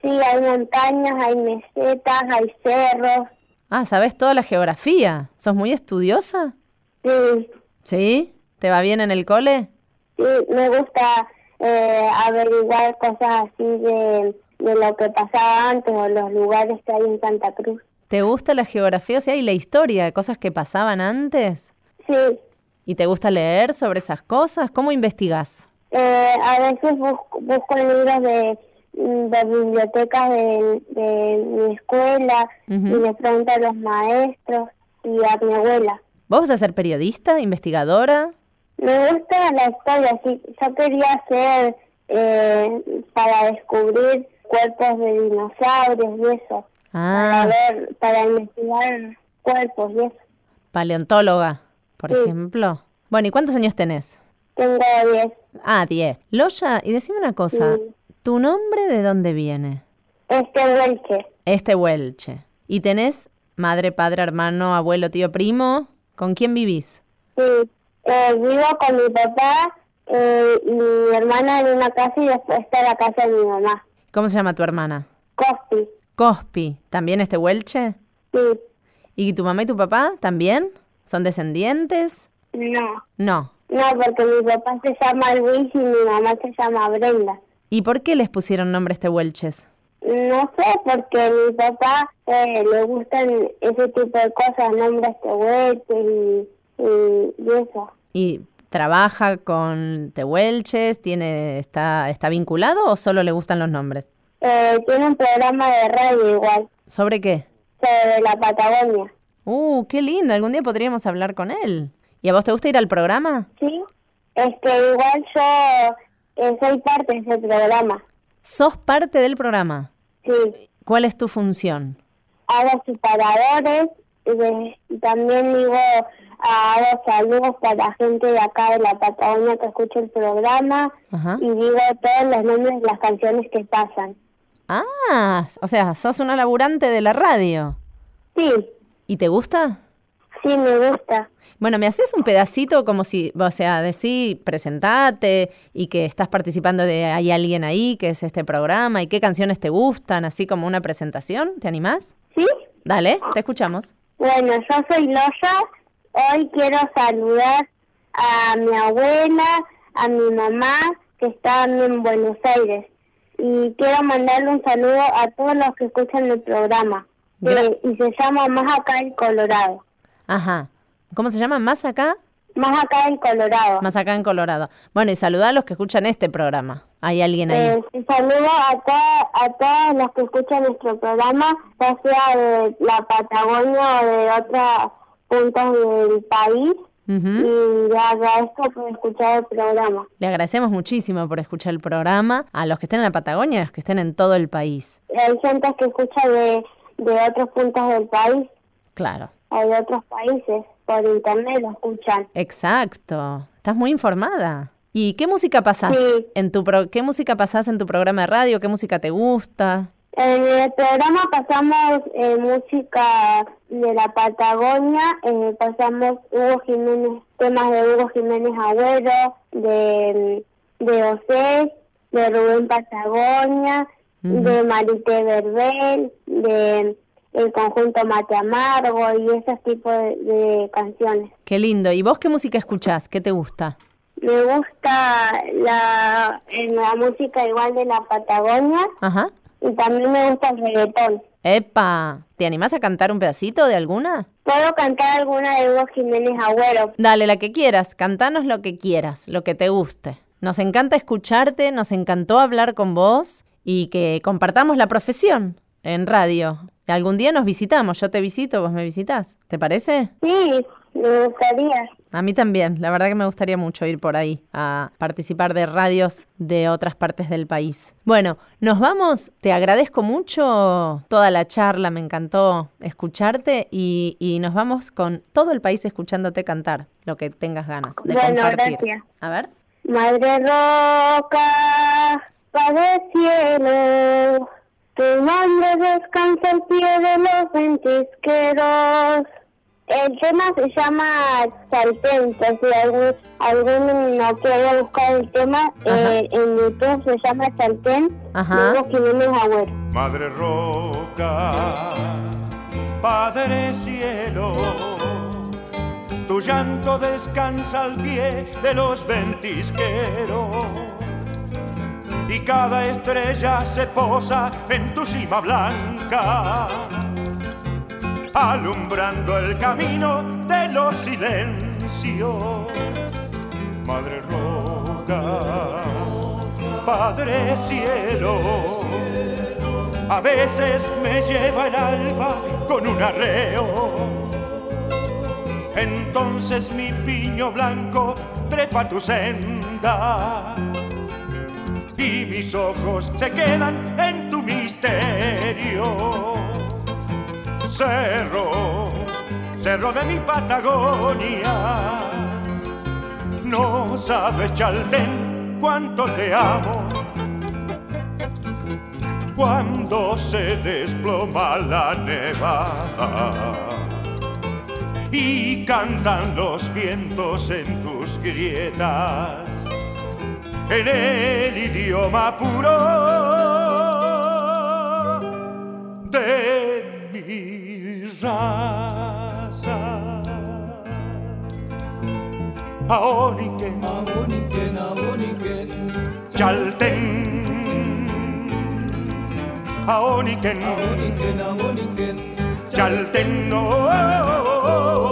Speaker 4: Sí, hay montañas, hay mesetas, hay cerros.
Speaker 2: Ah, ¿sabes toda la geografía? ¿Sos muy estudiosa?
Speaker 4: Sí,
Speaker 2: ¿Sí? ¿Te va bien en el cole?
Speaker 4: sí, me gusta eh, averiguar cosas así de, de lo que pasaba antes o los lugares que hay en Santa Cruz.
Speaker 2: ¿Te gusta la geografía, o sea, y la historia, cosas que pasaban antes?
Speaker 4: Sí,
Speaker 2: ¿Y te gusta leer sobre esas cosas? ¿Cómo investigás?
Speaker 4: eh, a veces busco, busco libros de, mm, de bibliotecas de, de mi escuela y
Speaker 2: Ujú.
Speaker 4: les pregunto a los maestros y a mi abuela.
Speaker 2: ¿Vos vas a ser periodista, investigadora?
Speaker 4: Me gusta la historia, sí. Yo quería hacer eh, para descubrir cuerpos de dinosaurios y eso. Para
Speaker 2: Ah,
Speaker 4: ver, para investigar cuerpos y eso.
Speaker 2: paleontóloga, por
Speaker 4: Sí.
Speaker 2: ejemplo. Bueno, ¿y cuántos años tenés?
Speaker 4: Tengo 10.
Speaker 2: Ah, 10. Loya, y decime una cosa.
Speaker 4: Sí.
Speaker 2: ¿Tu nombre de dónde viene?
Speaker 4: Este Welche,
Speaker 2: Este Welche. ¿Y tenés madre, padre, hermano, abuelo, tío, primo? ¿Con quién vivís?
Speaker 4: sí. Eh, vivo con mi papá eh, y mi hermana en una casa y después está la casa de mi mamá.
Speaker 2: ¿Cómo se llama tu hermana?
Speaker 4: Costi,
Speaker 2: Cospi. ¿También este Welche?
Speaker 4: sí.
Speaker 2: ¿Y tu mamá y tu papá también? ¿Son descendientes?
Speaker 4: No,
Speaker 2: No.
Speaker 4: no, porque mi papá se llama Luis y mi mamá se llama Brenda.
Speaker 2: ¿Y por qué les pusieron nombre a este Welches?
Speaker 4: No sé, porque mi papá eh, le gustan ese tipo de cosas, nombres de huertes y, y, y eso.
Speaker 2: ¿Y trabaja con Tehuelches? ¿Tiene, está, ¿Está vinculado o solo le gustan los nombres?
Speaker 4: Eh, tiene un programa de radio igual,
Speaker 2: ¿Sobre qué?
Speaker 4: sobre la Patagonia.
Speaker 2: ¡Uh, qué lindo! Algún día podríamos hablar con él. ¿Y a vos te gusta ir al programa?
Speaker 4: Sí, este, igual yo eh, soy parte de ese programa.
Speaker 2: ¿Sos parte del programa?
Speaker 4: Sí,
Speaker 2: ¿Cuál es tu función?
Speaker 4: hago separadores y, de- y también digo, ah, hago saludos para gente de acá de la Patagonia que escucha el programa
Speaker 2: Ajá.
Speaker 4: y digo todos los nombres de las canciones que pasan.
Speaker 2: Ah, o sea, sos una laburante de la radio.
Speaker 4: Sí,
Speaker 2: ¿Y te gusta?
Speaker 4: sí, me gusta.
Speaker 2: Bueno, ¿me haces un pedacito como si, o sea, decí, presentate y que estás participando de Hay alguien ahí, que es este programa, y qué canciones te gustan, así como una presentación? ¿Te animás?
Speaker 4: ¿Sí?
Speaker 2: Dale, te escuchamos.
Speaker 4: Bueno, yo soy Loya. Hoy quiero saludar a mi abuela, a mi mamá, que están en Buenos Aires. Y quiero mandarle un saludo a todos los que escuchan el programa.
Speaker 2: Gra-
Speaker 4: Eh, y se llama Más Acá en Colorado.
Speaker 2: Ajá. ¿Cómo se llama? ¿Más acá?
Speaker 4: Más Acá en Colorado.
Speaker 2: Más acá en Colorado. Bueno, y saludá a los que escuchan este programa. Hay alguien ahí.
Speaker 4: Eh, un saludo a, to- a todos los que escuchan nuestro programa, ya sea de la Patagonia o de otros puntos del país.
Speaker 2: Ujú.
Speaker 4: Y le agradezco por escuchar el programa.
Speaker 2: Le agradecemos muchísimo por escuchar el programa. A los que estén en la Patagonia, a los que estén en todo el país.
Speaker 4: Hay gente que escucha de, de otros puntos del país
Speaker 2: Claro.
Speaker 4: o de otros países. Por internet lo escuchan.
Speaker 2: Exacto. Estás muy informada. ¿Y qué música pasás
Speaker 4: Sí.
Speaker 2: en tu pro- qué música pasás en tu programa de radio? ¿Qué música te gusta?
Speaker 4: En el programa pasamos eh, música de la Patagonia, eh, pasamos Hugo Jiménez, temas de Hugo Jiménez Agüero, de, de Osés, de Rubén Patagonia, de Marité Verbel, de el conjunto Mate Amargo y esos tipos de- de canciones.
Speaker 2: Qué lindo. ¿Y vos qué música escuchás? ¿Qué te gusta?
Speaker 4: Me gusta la, eh, la música igual de la Patagonia
Speaker 2: Ajá.
Speaker 4: y también me gusta el reggaetón.
Speaker 2: Epa, ¿te animás a cantar un pedacito de alguna?
Speaker 4: Puedo cantar alguna de Hugo Jiménez Agüero.
Speaker 2: Dale, la que quieras, cantanos lo que quieras, lo que te guste. Nos encanta escucharte, nos encantó hablar con vos y que compartamos la profesión en radio. Algún día nos visitamos, yo te visito, vos me visitas. ¿Te parece?
Speaker 4: Sí, me gustaría.
Speaker 2: A mí también, la verdad que me gustaría mucho ir por ahí a participar de radios de otras partes del país. Bueno, nos vamos, te agradezco mucho toda la charla, me encantó escucharte y, y nos vamos con todo el país escuchándote cantar lo que tengas ganas de
Speaker 4: Bueno,
Speaker 2: compartir.
Speaker 4: gracias.
Speaker 2: A ver.
Speaker 4: Madre roca, Padre cielo, tu nombre descansa al pie de los ventisqueros. El tema se llama Saltento, si algún, algún no quiere buscar el tema,
Speaker 11: Ajá.
Speaker 4: eh, en YouTube se llama Saltén,
Speaker 11: Ajá.
Speaker 4: de Hugo Jiménez Agüero.
Speaker 11: Madre roca, Padre cielo. Tu llanto descansa al pie de los ventisqueros y cada estrella se posa en tu cima blanca, alumbrando el camino de los silencios. Madre roca, Padre cielo, a veces me lleva el alba con un arreo. Entonces mi piño blanco trepa tu senda y mis ojos se quedan en tu misterio. Cerro, cerro de mi Patagonia, no sabes, Chaltén, cuánto te amo. Cuando se desploma la nevada y cantan los vientos en tus grietas en el idioma puro de mi raza. Aoniken, Aoniken, Aoniken, Chalten. Aoniken, Aoniken, Aoniken, Chalten. Oh, oh, oh, oh.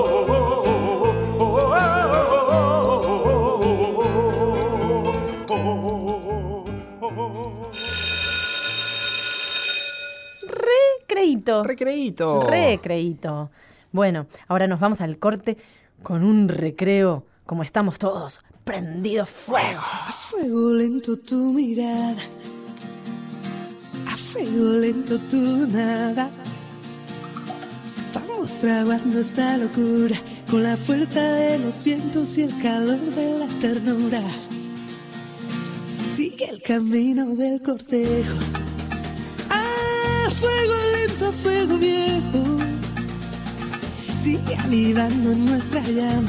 Speaker 2: Recreíto.
Speaker 3: Recreíto.
Speaker 2: Recreíto. Bueno, ahora nos vamos al corte con un recreo, como estamos todos, prendido fuego.
Speaker 12: A fuego lento tu mirada, a fuego lento tu nada. Vamos fraguando esta locura con la fuerza de los vientos y el calor de la ternura. Sigue el camino del cortejo. Ah, fuego lento, fuego viejo. Sigue avivando nuestra llama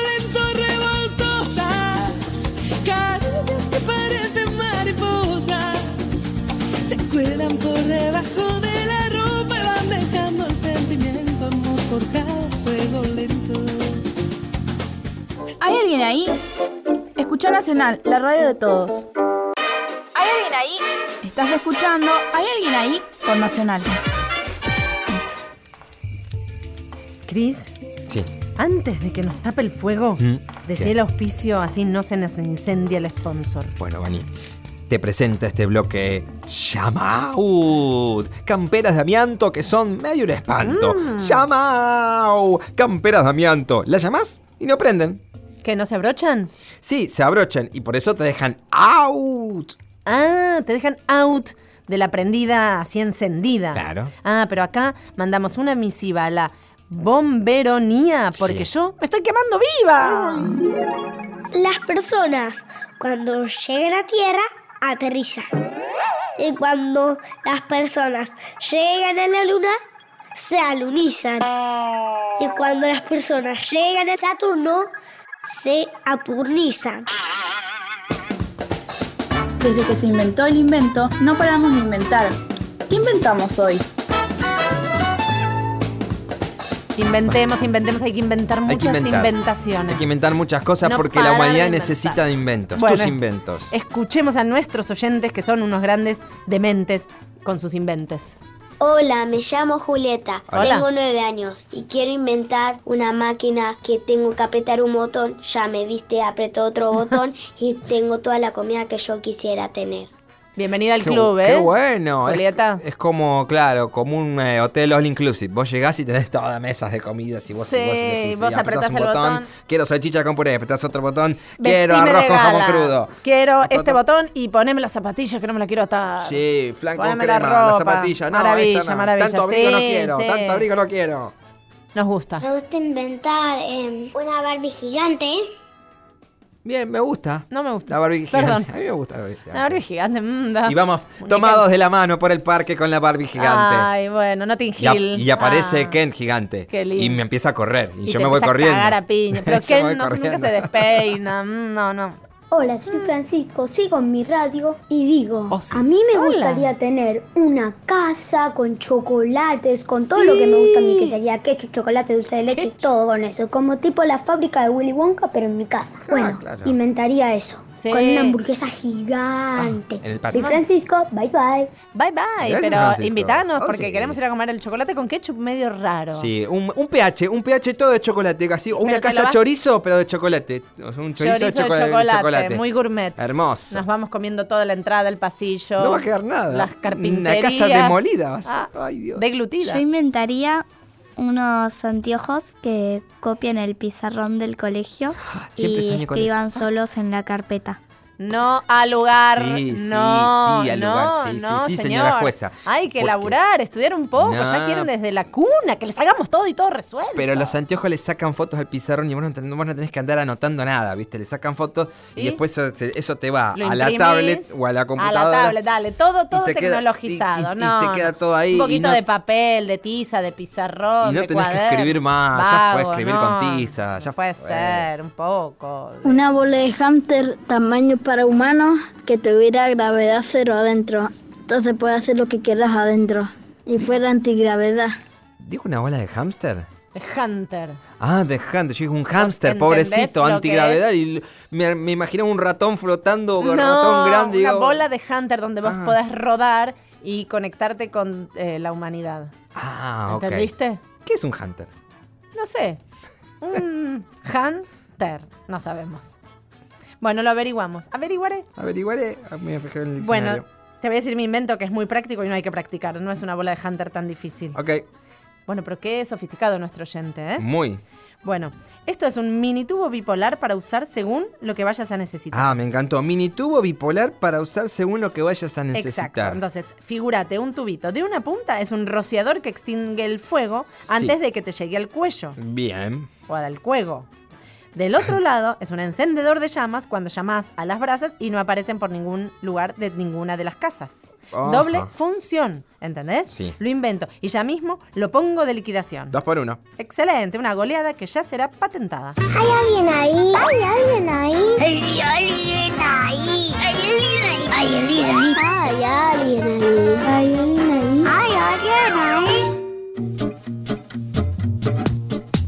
Speaker 12: lento revoltosas, caricias que parecen mariposas. Se cuelan por debajo de la ropa y van dejando el sentimiento, amor, por cada fuego lento.
Speaker 6: ¿Hay alguien ahí? Escucha Nacional, la radio de todos. ¿Hay alguien ahí? Estás escuchando ¿Hay alguien ahí? por Nacional.
Speaker 2: Cris,
Speaker 3: Sí.
Speaker 2: antes de que nos tape el fuego,
Speaker 3: Mm,
Speaker 2: decí
Speaker 3: ¿qué?
Speaker 2: el auspicio, así no se nos incendia el sponsor.
Speaker 3: Bueno, Bani, te presenta este bloque Yamaud. Camperas de amianto que son medio un espanto.
Speaker 2: Ah.
Speaker 3: Yamau. Camperas de amianto. ¿Las llamás? Y no prenden.
Speaker 2: ¿Que no se abrochan?
Speaker 3: Sí, se abrochan y por eso te dejan out.
Speaker 2: Ah, te dejan out de la prendida así encendida.
Speaker 3: Claro.
Speaker 2: Ah, pero acá mandamos una misiva a la bomberonía porque
Speaker 5: Sí.
Speaker 2: yo me estoy quemando viva.
Speaker 5: Las personas cuando llegan a tierra aterrizan. Y cuando las personas llegan a la luna se alunizan. Y cuando las personas llegan a Saturno se aturnizan.
Speaker 13: Desde que se inventó el invento, no paramos de inventar. ¿Qué inventamos hoy?
Speaker 2: Inventemos, inventemos, hay que inventar muchas
Speaker 3: Hay que inventar.
Speaker 2: inventaciones.
Speaker 3: Hay que inventar muchas cosas
Speaker 2: No
Speaker 3: porque la
Speaker 2: parar de
Speaker 3: humanidad
Speaker 2: inventar.
Speaker 3: necesita de inventos.
Speaker 2: Bueno.
Speaker 3: Tus inventos.
Speaker 2: Escuchemos a nuestros oyentes que son unos grandes dementes con sus inventes.
Speaker 1: Hola, me llamo Julieta.
Speaker 2: Hola.
Speaker 1: Tengo nueve años y quiero inventar una máquina que tengo que apretar un botón. Ya me viste, apretó otro botón y tengo toda la comida que yo quisiera tener.
Speaker 2: Bienvenida al
Speaker 3: Qué-
Speaker 2: club, ¿eh?
Speaker 3: Qué bueno. Es-
Speaker 2: Julieta.
Speaker 3: Es, como, claro, como un eh, hotel all inclusive. Vos llegás y tenés todas las mesas de comidas y vos,
Speaker 2: Sí,
Speaker 3: y vos, elegís,
Speaker 2: vos
Speaker 3: y apretás
Speaker 2: apretás el botón.
Speaker 3: Quiero salchicha con puré, apretás otro botón. quiero
Speaker 2: Vestime
Speaker 3: arroz
Speaker 2: de
Speaker 3: con jamón
Speaker 2: gala.
Speaker 3: crudo.
Speaker 2: Quiero este botón y poneme las zapatillas que no me las quiero atar.
Speaker 3: Sí, flan con
Speaker 2: Ah. Poneme la
Speaker 3: crema, la
Speaker 2: ropa.
Speaker 3: zapatilla. No,
Speaker 2: Maravilla,
Speaker 3: esta no.
Speaker 2: maravilla.
Speaker 3: Tanto abrigo no
Speaker 2: Sí,
Speaker 3: quiero,
Speaker 2: sí.
Speaker 3: tanto abrigo no quiero.
Speaker 2: Nos gusta.
Speaker 1: Me gusta inventar em, una Barbie gigante
Speaker 3: Bien, me gusta.
Speaker 2: No me gusta.
Speaker 3: La Barbie
Speaker 2: Perdón.
Speaker 3: gigante. A mí me gusta la Barbie
Speaker 2: La
Speaker 3: gigante.
Speaker 2: Barbie gigante. mm, da.
Speaker 3: Y vamos tomados de la mano por el parque con la Barbie gigante.
Speaker 2: Ay, bueno, no te
Speaker 3: Y, ap-
Speaker 2: Hill.
Speaker 3: y aparece Ken gigante.
Speaker 2: Ah, qué lindo.
Speaker 3: Y me empieza a correr. Y,
Speaker 2: Y
Speaker 3: yo
Speaker 2: te
Speaker 3: me voy
Speaker 2: empieza a
Speaker 3: corriendo.
Speaker 2: cagar a piña. Pero
Speaker 3: Yo me voy
Speaker 2: Ken no- nunca
Speaker 3: corriendo.
Speaker 2: se despeina. mm, No, no.
Speaker 14: Hola, soy Francisco, sigo en mi radio y digo, a mí me
Speaker 2: Hola.
Speaker 14: gustaría tener una casa con chocolates, con todo lo que me gusta a mí, que sería ketchup, chocolate, dulce de leche, todo con eso, como tipo la fábrica de Willy Wonka, pero en mi casa. bueno,
Speaker 3: claro.
Speaker 14: inventaría eso, con una hamburguesa gigante.
Speaker 3: En el
Speaker 14: soy
Speaker 3: patio.
Speaker 14: Francisco, bye bye.
Speaker 2: Bye bye,
Speaker 3: Gracias,
Speaker 2: pero
Speaker 3: Francisco.
Speaker 2: invítanos
Speaker 3: Oh,
Speaker 2: porque
Speaker 3: sí.
Speaker 2: queremos ir a comer el chocolate con ketchup medio raro.
Speaker 3: Sí, un, un pH, un pH todo de chocolate, así, o una
Speaker 2: te lo
Speaker 3: casa
Speaker 2: vas-
Speaker 3: chorizo, pero de chocolate. O sea, un chorizo, de
Speaker 2: de
Speaker 3: chocolate.
Speaker 2: chocolate,
Speaker 3: chocolate.
Speaker 2: muy gourmet.
Speaker 3: Hermoso.
Speaker 2: Nos vamos comiendo toda la entrada, el pasillo.
Speaker 3: No va a quedar nada.
Speaker 2: Las
Speaker 3: Una
Speaker 2: carpinterías. Ah,
Speaker 3: casa demolida va a ser.
Speaker 2: Deglutida.
Speaker 15: Yo inventaría unos anteojos que copien el pizarrón del colegio
Speaker 3: Ah, siempre
Speaker 15: y
Speaker 3: soñé con
Speaker 15: escriban
Speaker 3: eso.
Speaker 15: solos en la carpeta.
Speaker 2: No al lugar.
Speaker 3: Sí, sí,
Speaker 2: no,
Speaker 3: sí, al
Speaker 2: no,
Speaker 3: lugar, sí, sí,
Speaker 2: no,
Speaker 3: sí,
Speaker 2: señor.
Speaker 3: señora jueza.
Speaker 2: Hay que
Speaker 3: Porque-
Speaker 2: laburar, estudiar un poco. Ya
Speaker 3: No.
Speaker 2: quieren desde la cuna, que les hagamos todo y todo resuelto.
Speaker 3: Pero los anteojos le sacan fotos al pizarrón y vos no, ten- vos no tenés que andar anotando nada, ¿viste? Le sacan fotos y,
Speaker 2: ¿Y?
Speaker 3: después eso, te- eso te va
Speaker 2: Lo
Speaker 3: a la
Speaker 2: imprimís
Speaker 3: tablet o a la computadora.
Speaker 2: A la tablet, dale, todo, todo
Speaker 3: te queda-
Speaker 2: tecnologizado.
Speaker 3: y- y- y
Speaker 2: no,
Speaker 3: te queda
Speaker 2: no.
Speaker 3: todo ahí y
Speaker 2: Un poquito
Speaker 3: no-
Speaker 2: de papel, de tiza, de pizarrón.
Speaker 3: Y no
Speaker 2: de
Speaker 3: tenés que
Speaker 2: cuaderno.
Speaker 3: escribir más, ya fue
Speaker 2: Vago,
Speaker 3: escribir
Speaker 2: no,
Speaker 3: con tiza, ya
Speaker 2: Puede
Speaker 3: fue.
Speaker 2: ser, un poco.
Speaker 16: Una bola de hamster tamaño para humanos que tuviera gravedad cero adentro. Entonces puedes hacer lo que quieras adentro. Y fuera antigravedad.
Speaker 3: ¿Dijo una bola de hámster?
Speaker 2: De Hunter.
Speaker 3: Ah, de hámster. Yo dije un hámster,
Speaker 2: entendés
Speaker 3: pobrecito,
Speaker 2: lo que
Speaker 3: antigravedad.
Speaker 2: es?
Speaker 3: Y l- me, me imaginé un ratón flotando, un
Speaker 2: No,
Speaker 3: ratón grande.
Speaker 2: Una
Speaker 3: digo,
Speaker 2: bola de Hunter donde vos podés rodar y conectarte con eh, la humanidad.
Speaker 3: Ah, ok.
Speaker 2: ¿Entendiste?
Speaker 3: ¿Qué es un hunter?
Speaker 2: No sé. Un Hunter. No sabemos. Bueno, lo averiguamos. Averiguaré.
Speaker 3: Averiguaré. ah, Me voy a fijar en el
Speaker 2: Bueno,
Speaker 3: diccionario.
Speaker 2: te voy a decir mi invento que es muy práctico y no hay que practicar. No es una bola de Hunter tan difícil.
Speaker 3: Ok.
Speaker 2: Bueno, pero qué sofisticado nuestro oyente, ¿eh?
Speaker 3: Muy.
Speaker 2: Bueno, esto es un mini tubo bipolar para usar según lo que vayas a necesitar.
Speaker 3: Ah, me encantó. Mini tubo bipolar para usar según lo que vayas a
Speaker 2: Exacto.
Speaker 3: necesitar.
Speaker 2: Entonces, figúrate, un tubito de una punta es un rociador que extingue el fuego
Speaker 3: Sí.
Speaker 2: antes de que te llegue al cuello
Speaker 3: Bien.
Speaker 2: o al cuello. Del otro lado es un encendedor de llamas cuando llamas a las brasas y no aparecen por ningún lugar de ninguna de las casas.
Speaker 3: Ajá.
Speaker 2: Doble función, ¿entendés?
Speaker 3: Sí.
Speaker 2: Lo invento y ya mismo lo pongo de liquidación.
Speaker 3: Dos por uno.
Speaker 2: Excelente, una goleada que ya será patentada.
Speaker 5: ¿Hay alguien ahí? ¿Hay alguien ahí?
Speaker 12: ¿Hay
Speaker 5: alguien ahí? ¿Hay alguien ahí?
Speaker 12: ¿Hay alguien ahí?
Speaker 5: ¿Hay alguien ahí? ¿Hay alguien ahí? ¿Hay alguien ahí?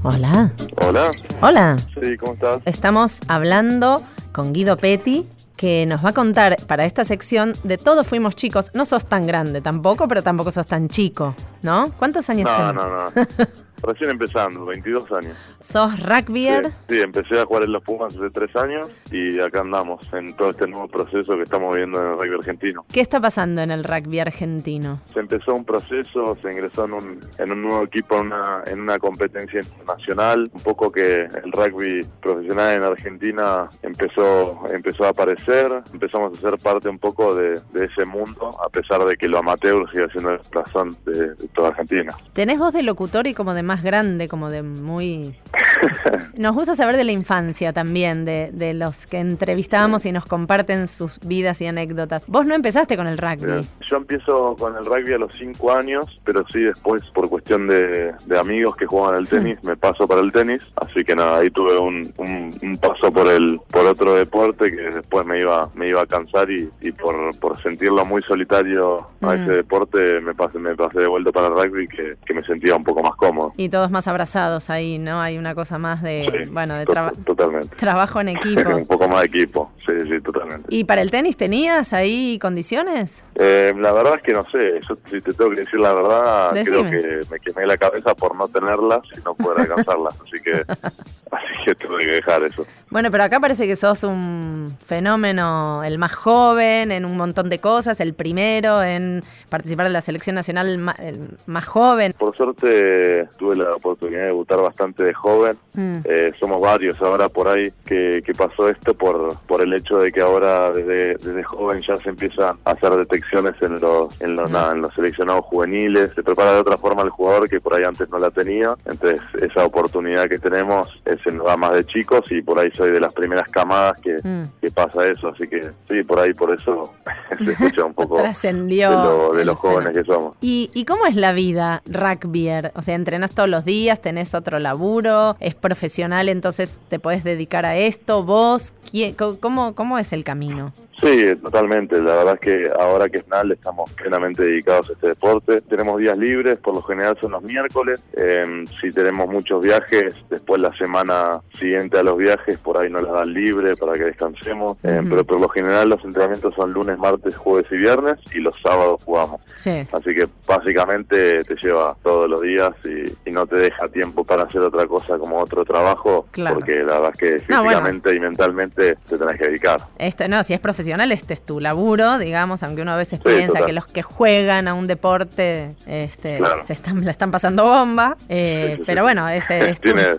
Speaker 2: Hola.
Speaker 17: Hola.
Speaker 2: Hola.
Speaker 17: Sí, ¿cómo estás?
Speaker 2: Estamos hablando con Guido Petty, que nos va a contar para esta sección de Todos Fuimos Chicos. No sos tan grande tampoco, pero tampoco sos tan chico, ¿no? ¿Cuántos años
Speaker 17: No,
Speaker 2: tenés?
Speaker 17: no, no. Recién empezando, 22 años.
Speaker 2: ¿Sos rugbyer?
Speaker 17: Sí, empecé a jugar en los Pumas hace 3 años y acá andamos en todo este nuevo proceso que estamos viendo en el rugby argentino.
Speaker 2: ¿Qué está pasando en el rugby argentino?
Speaker 17: Se empezó un proceso, se ingresó en un, en un nuevo equipo, en una, en una competencia internacional, un poco que el rugby profesional en Argentina empezó, empezó a aparecer, empezamos a ser parte un poco de, de ese mundo, a pesar de que lo amateur sigue siendo el corazón de- de toda Argentina.
Speaker 2: Tenés voz de locutor y como de más grande, como de muy... Nos gusta saber de la infancia también, de, de los que entrevistábamos y nos comparten sus vidas y anécdotas. Vos no empezaste con el rugby.
Speaker 17: Yo empiezo con el rugby a los 5 años, pero sí después por cuestión de, de amigos que jugaban al tenis, me paso para el tenis, así que nada, ahí tuve un, un- un paso por el por otro deporte que después me iba me iba a cansar y, y por, por sentirlo muy solitario a
Speaker 2: Mm.
Speaker 17: ese deporte me pasé, me pasé de vuelta para el rugby que, que me sentía un poco más cómodo.
Speaker 2: Y todos más abrazados ahí, ¿no? Hay una cosa más de, bueno, de
Speaker 17: To-
Speaker 2: traba-
Speaker 17: totalmente.
Speaker 2: trabajo en equipo.
Speaker 17: un poco más de equipo, sí, sí, totalmente.
Speaker 2: ¿Y para el tenis tenías ahí condiciones?
Speaker 17: Eh, la verdad es que no sé, yo si te tengo que decir la verdad,
Speaker 2: Decime.
Speaker 17: creo que me quemé la cabeza por no tenerlas y no poder alcanzarlas, así que así que tuve que dejar eso.
Speaker 2: Bueno, pero acá parece que sos un fenómeno, el más joven en un montón de cosas, el primero en participar de la selección nacional el ma- el más joven.
Speaker 17: Por suerte tuve la oportunidad de debutar bastante de joven,
Speaker 2: Mm.
Speaker 17: Eh, somos varios ahora por ahí que, que pasó esto por, por el hecho de que ahora desde, desde joven ya se empiezan a hacer detecciones en los, en los, nada, en los seleccionados juveniles, se prepara de otra forma el jugador que por ahí antes no la tenía, entonces esa oportunidad que tenemos es en, ramas de chicos y por ahí soy de las primeras camadas que,
Speaker 2: Mm.
Speaker 17: que pasa eso, así que sí, por ahí por eso se escucha un poco Oh, de,
Speaker 2: Trascendió.
Speaker 17: lo- de los jóvenes que somos.
Speaker 2: ¿Y, y cómo es la vida rugbyer? O sea, ¿entrenás todos los días? ¿Tenés otro laburo? ¿Es profesional? Entonces, ¿te podés dedicar a esto? ¿Vos? ¿Quién- co- ¿Cómo, cómo es el camino?
Speaker 17: Sí, totalmente. La verdad es que ahora que es NAL estamos plenamente dedicados a este deporte. Tenemos días libres, por lo general son los miércoles. Eh, si tenemos muchos viajes, después la semana siguiente a los viajes, por ahí nos las dan libre para que descansemos. Eh,
Speaker 2: Ujú.
Speaker 17: Pero por lo general los entrenamientos son lunes, martes, jueves y viernes y los sábados jugamos.
Speaker 2: Sí.
Speaker 17: Así que básicamente te lleva todos los días y, y no te deja tiempo para hacer otra cosa como otro trabajo,
Speaker 2: Claro.
Speaker 17: porque la verdad es que
Speaker 2: No, bueno.
Speaker 17: físicamente y mentalmente te tenés que dedicar.
Speaker 2: Esto, no, si es profesional, este es tu laburo, digamos, aunque uno a veces
Speaker 17: Sí,
Speaker 2: piensa
Speaker 17: total.
Speaker 2: que los que juegan a un deporte este,
Speaker 17: Claro.
Speaker 2: se están, la están pasando bomba. eh,
Speaker 17: sí,
Speaker 2: pero
Speaker 17: sí.
Speaker 2: bueno, ese es tu-
Speaker 17: Tiene-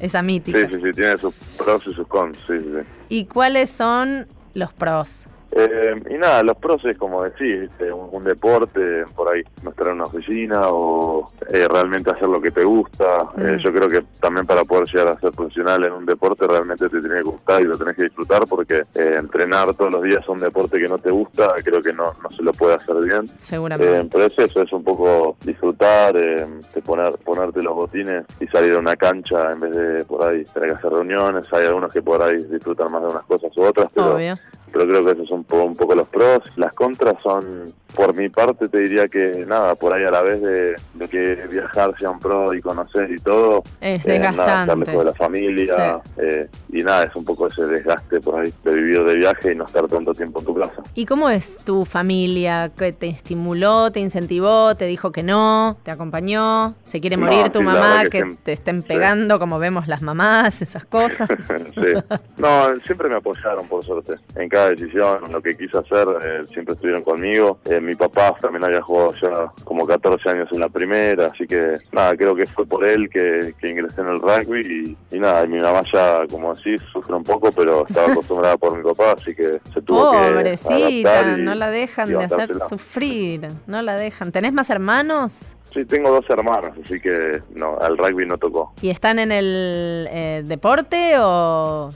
Speaker 2: esa
Speaker 17: Sí,
Speaker 2: mítica.
Speaker 17: sí, sí, tiene sus pros y sus cons, sí, sí, sí.
Speaker 2: ¿Y cuáles son los pros?
Speaker 17: Eh, y nada, los pros es como decís, ¿viste? un, un deporte, por ahí no estar en una oficina o eh, realmente hacer lo que te gusta. Eh,
Speaker 2: Mm.
Speaker 17: yo creo que también para poder llegar a ser profesional en un deporte realmente te tiene que gustar y lo tenés que disfrutar porque eh, entrenar todos los días a un deporte que no te gusta creo que no, no se lo puede hacer bien.
Speaker 2: Seguramente.
Speaker 17: Eh, pero es eso, es un poco disfrutar, eh, de poner, ponerte los botines y salir a una cancha en vez de por ahí tener que hacer reuniones. Hay algunos que por ahí disfrutan más de unas cosas u otras, pero,
Speaker 2: Obvio.
Speaker 17: pero creo que esos son po- un poco los pros. Las contras son, por mi parte, te diría que nada, por ahí a la vez de, de que viajar sea un pro y conocer y todo.
Speaker 2: Es
Speaker 17: eh, nada, estar
Speaker 2: desgastante.
Speaker 17: lejos de la familia eh, y nada, es un poco ese desgaste por ahí de vivir de viaje y no estar tanto tiempo en tu casa.
Speaker 2: ¿Y cómo es tu familia? ¿Qué te estimuló, te incentivó, te dijo que no, te acompañó? ¿Se quiere
Speaker 17: No,
Speaker 2: morir tu
Speaker 17: sí, la
Speaker 2: mamá,
Speaker 17: verdad
Speaker 2: que,
Speaker 17: que sí.
Speaker 2: te estén pegando como vemos las mamás, esas cosas?
Speaker 17: Sí. No, siempre me apoyaron, por suerte. En cada decisión, en lo que quise hacer, eh, siempre estuvieron conmigo. Eh, mi papá también había jugado ya como 14 años en la primera, así que nada, creo que fue por él que, que ingresé en el rugby. Y, y nada, y mi mamá ya, como decís, sufre un poco, pero estaba acostumbrada por mi papá, así que se tuvo que
Speaker 2: Pobrecita,
Speaker 17: adaptar y-
Speaker 2: no la dejan
Speaker 17: y
Speaker 2: de hacer
Speaker 17: bandársela.
Speaker 2: sufrir, no la dejan. ¿Tenés más hermanos?
Speaker 17: Sí, tengo dos hermanas, así que no, al rugby no tocó.
Speaker 2: ¿Y están en el eh, deporte o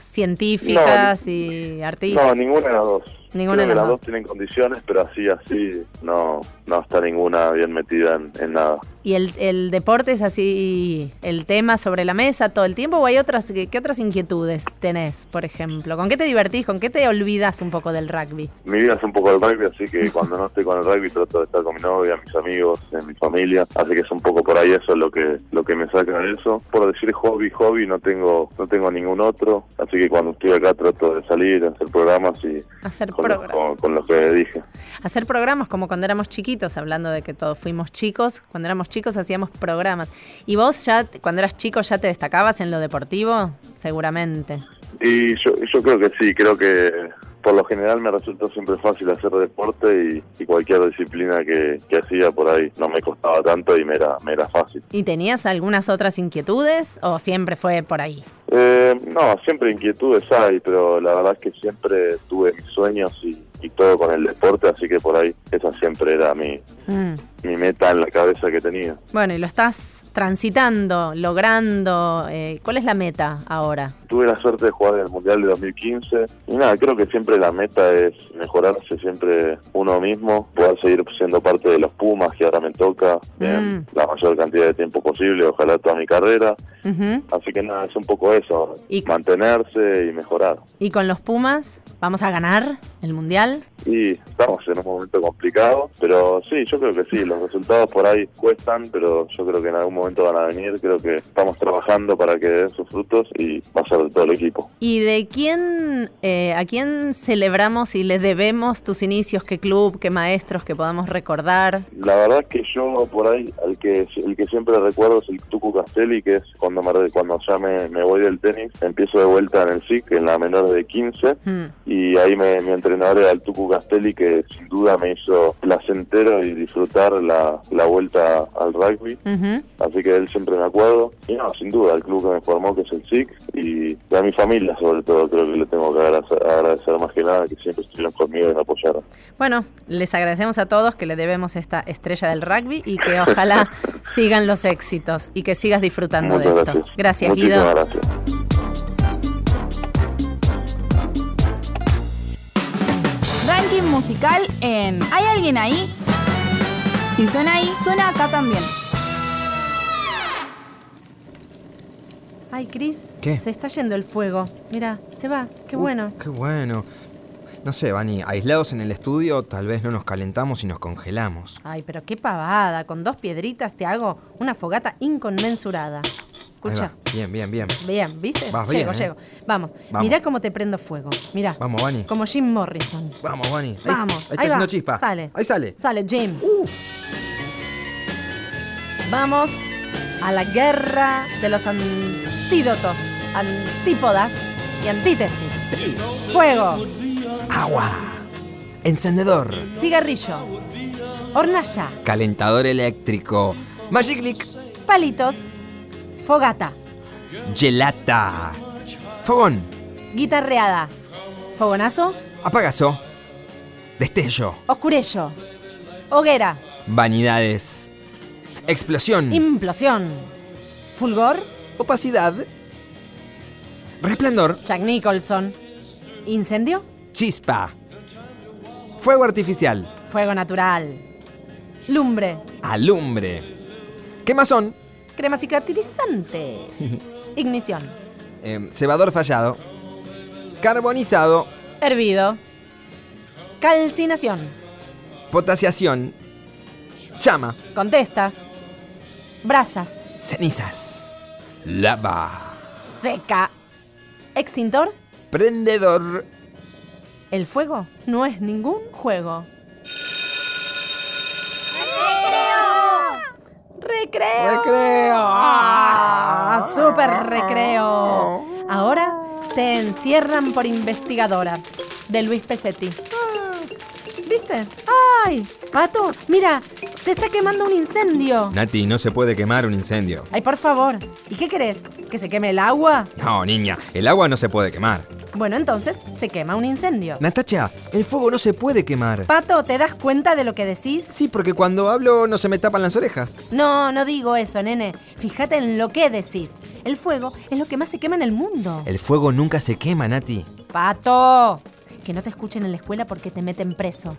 Speaker 2: científicas y artistas?
Speaker 17: No, ninguna de las dos.
Speaker 2: Ninguna
Speaker 17: Creo
Speaker 2: de
Speaker 17: que
Speaker 2: las
Speaker 17: las
Speaker 2: dos.
Speaker 17: dos tienen condiciones, pero así, así, no, no está ninguna bien metida en, en nada.
Speaker 2: ¿Y el, el deporte es así el tema sobre la mesa todo el tiempo o hay otras, qué, qué otras inquietudes tenés, por ejemplo? ¿Con qué te divertís? ¿Con qué te olvidas un poco del rugby?
Speaker 17: Mi vida es un poco el rugby, así que cuando no estoy con el rugby trato de estar con mi novia, mis amigos, en mi familia, así que es un poco por ahí eso lo que lo que me saca de eso. Por decir hobby, hobby, no tengo no tengo ningún otro, así que cuando estoy acá trato de salir, hacer programas y
Speaker 2: Hacer,
Speaker 17: con, los,
Speaker 2: progra-
Speaker 17: con, con los que dije.
Speaker 2: hacer programas como cuando éramos chiquitos, hablando de que todos fuimos chicos, cuando éramos chicos hacíamos programas. ¿Y vos ya, te- cuando eras chico, ya te destacabas en lo deportivo? Seguramente.
Speaker 17: Y yo, yo creo que sí, creo que por lo general me resultó siempre fácil hacer deporte y, y cualquier disciplina que, que hacía por ahí no me costaba tanto y me era, me era fácil.
Speaker 2: ¿Y tenías algunas otras inquietudes o siempre fue por ahí?
Speaker 17: Eh, no, siempre inquietudes hay, pero la verdad es que siempre tuve mis sueños y, y todo con el deporte, así que por ahí esa siempre era mi,
Speaker 2: Mm.
Speaker 17: mi meta en la cabeza que tenía.
Speaker 2: Bueno, y lo estás transitando, logrando. eh, ¿Cuál es la meta ahora?
Speaker 17: Tuve la suerte de jugar en el Mundial de 2015 y nada, creo que siempre la meta es mejorarse siempre uno mismo, poder seguir siendo parte de los Pumas que ahora me toca eh,
Speaker 2: Mm.
Speaker 17: la mayor cantidad de tiempo posible, ojalá toda mi carrera.
Speaker 2: Ujú.
Speaker 17: Así que nada, es un poco eso, mantenerse y mejorar.
Speaker 2: ¿Y con los Pumas? ¿Vamos a ganar el Mundial?
Speaker 17: Y estamos en un momento complicado, pero sí, yo creo que sí, los resultados por ahí cuestan, pero yo creo que en algún momento van a venir, creo que estamos trabajando para que den sus frutos y va a ser de todo el equipo.
Speaker 2: ¿Y de quién, eh, a quién celebramos y le debemos tus inicios? ¿Qué club, qué maestros que podamos recordar?
Speaker 17: La verdad es que yo por ahí, el que el que siempre recuerdo es el Tucu Castelli, que es cuando me, cuando ya me, me voy del tenis, empiezo de vuelta en el SIC, en la menor de 15, y ahí me, mi entrenador era el Tucu Castelli, que sin duda me hizo placentero y disfrutar la, la vuelta al rugby. Así que de él siempre me acuerdo. Y no, sin duda, el club que me formó, que es el SIC, y, y a mi familia sobre todo, creo que le tengo que agradecer, agradecer más que nada, que siempre estuvieron conmigo y me apoyaron.
Speaker 2: Bueno, les agradecemos a todos que le debemos esta estrella del rugby y que ojalá sigan los éxitos y que sigas disfrutando
Speaker 17: Muchas
Speaker 2: de
Speaker 17: gracias.
Speaker 2: esto. Gracias,
Speaker 17: Muchísimas
Speaker 2: Guido.
Speaker 17: gracias.
Speaker 6: musical en ¿Hay alguien ahí? Si suena ahí, suena acá también.
Speaker 2: Ay, Cris.
Speaker 3: ¿Qué?
Speaker 2: Se está yendo el fuego. Mira, se va. Qué bueno.
Speaker 3: Uh, Qué bueno. No sé, Vani, aislados en el estudio, tal vez no nos calentamos y nos congelamos.
Speaker 2: Ay, pero qué pavada. Con dos piedritas te hago una fogata inconmensurada.
Speaker 3: Ahí va.
Speaker 2: Escucha.
Speaker 3: Bien, bien, bien.
Speaker 2: Bien, ¿viste?
Speaker 3: Vas
Speaker 2: llego,
Speaker 3: bien, ¿eh?
Speaker 2: llego. Vamos,
Speaker 3: Vamos.
Speaker 2: mirá cómo te prendo fuego. Mirá.
Speaker 3: Vamos, Vani.
Speaker 2: Como Jim Morrison.
Speaker 3: Vamos, Vani. Ahí-
Speaker 2: Vamos.
Speaker 3: Ahí está
Speaker 2: va.
Speaker 3: haciendo chispa.
Speaker 2: Sale.
Speaker 3: Ahí sale. Uh.
Speaker 2: Sale, Jim. Vamos a la guerra de los antídotos, antípodas y antítesis. Fuego,
Speaker 3: Agua. Encendedor.
Speaker 2: cigarrillo, hornalla,
Speaker 3: Calentador eléctrico. Magic Lick.
Speaker 2: palitos, fogata,
Speaker 3: Gelata. Fogón.
Speaker 2: guitarreada, fogonazo,
Speaker 3: Apagazo. Destello.
Speaker 2: oscurello, hoguera,
Speaker 3: Vanidades. Explosión.
Speaker 2: implosión, fulgor,
Speaker 3: opacidad, Resplandor.
Speaker 2: Jack Nicholson, incendio,
Speaker 3: Chispa. Fuego artificial.
Speaker 2: fuego natural, lumbre,
Speaker 3: Alumbre. Quemazón.
Speaker 2: crema cicatrizante, ignición,
Speaker 3: Eh, cebador fallado. Carbonizado.
Speaker 2: hervido, calcinación.
Speaker 3: Potasiación. Llama.
Speaker 2: Contesta. Brasas.
Speaker 3: Cenizas. Lava.
Speaker 2: Seca. Extintor.
Speaker 3: Prendedor.
Speaker 2: El fuego no es ningún juego. ¡Recreo!
Speaker 3: ¡Recreo!
Speaker 2: ¡Ah! ¡Súper recreo! Ahora te encierran por investigadora. De Luis Pesetti. ¿Viste? ¡Ay! Pato, mira, se está quemando un incendio.
Speaker 3: Nati, no se puede quemar un incendio.
Speaker 2: Ay, por favor. ¿Y qué querés? ¿Que se queme el agua?
Speaker 3: No, niña, el agua no se puede quemar.
Speaker 2: Bueno, entonces se quema un incendio.
Speaker 3: Natacha, el fuego no se puede quemar.
Speaker 2: Pato, ¿te das cuenta de lo que decís?
Speaker 3: Sí, porque cuando hablo no se me tapan las orejas.
Speaker 2: No, no digo eso, nene. Fíjate en lo que decís. El fuego es lo que más se quema en el mundo.
Speaker 3: El fuego nunca se quema, Nati.
Speaker 2: Pato, que no te escuchen en la escuela porque te meten preso.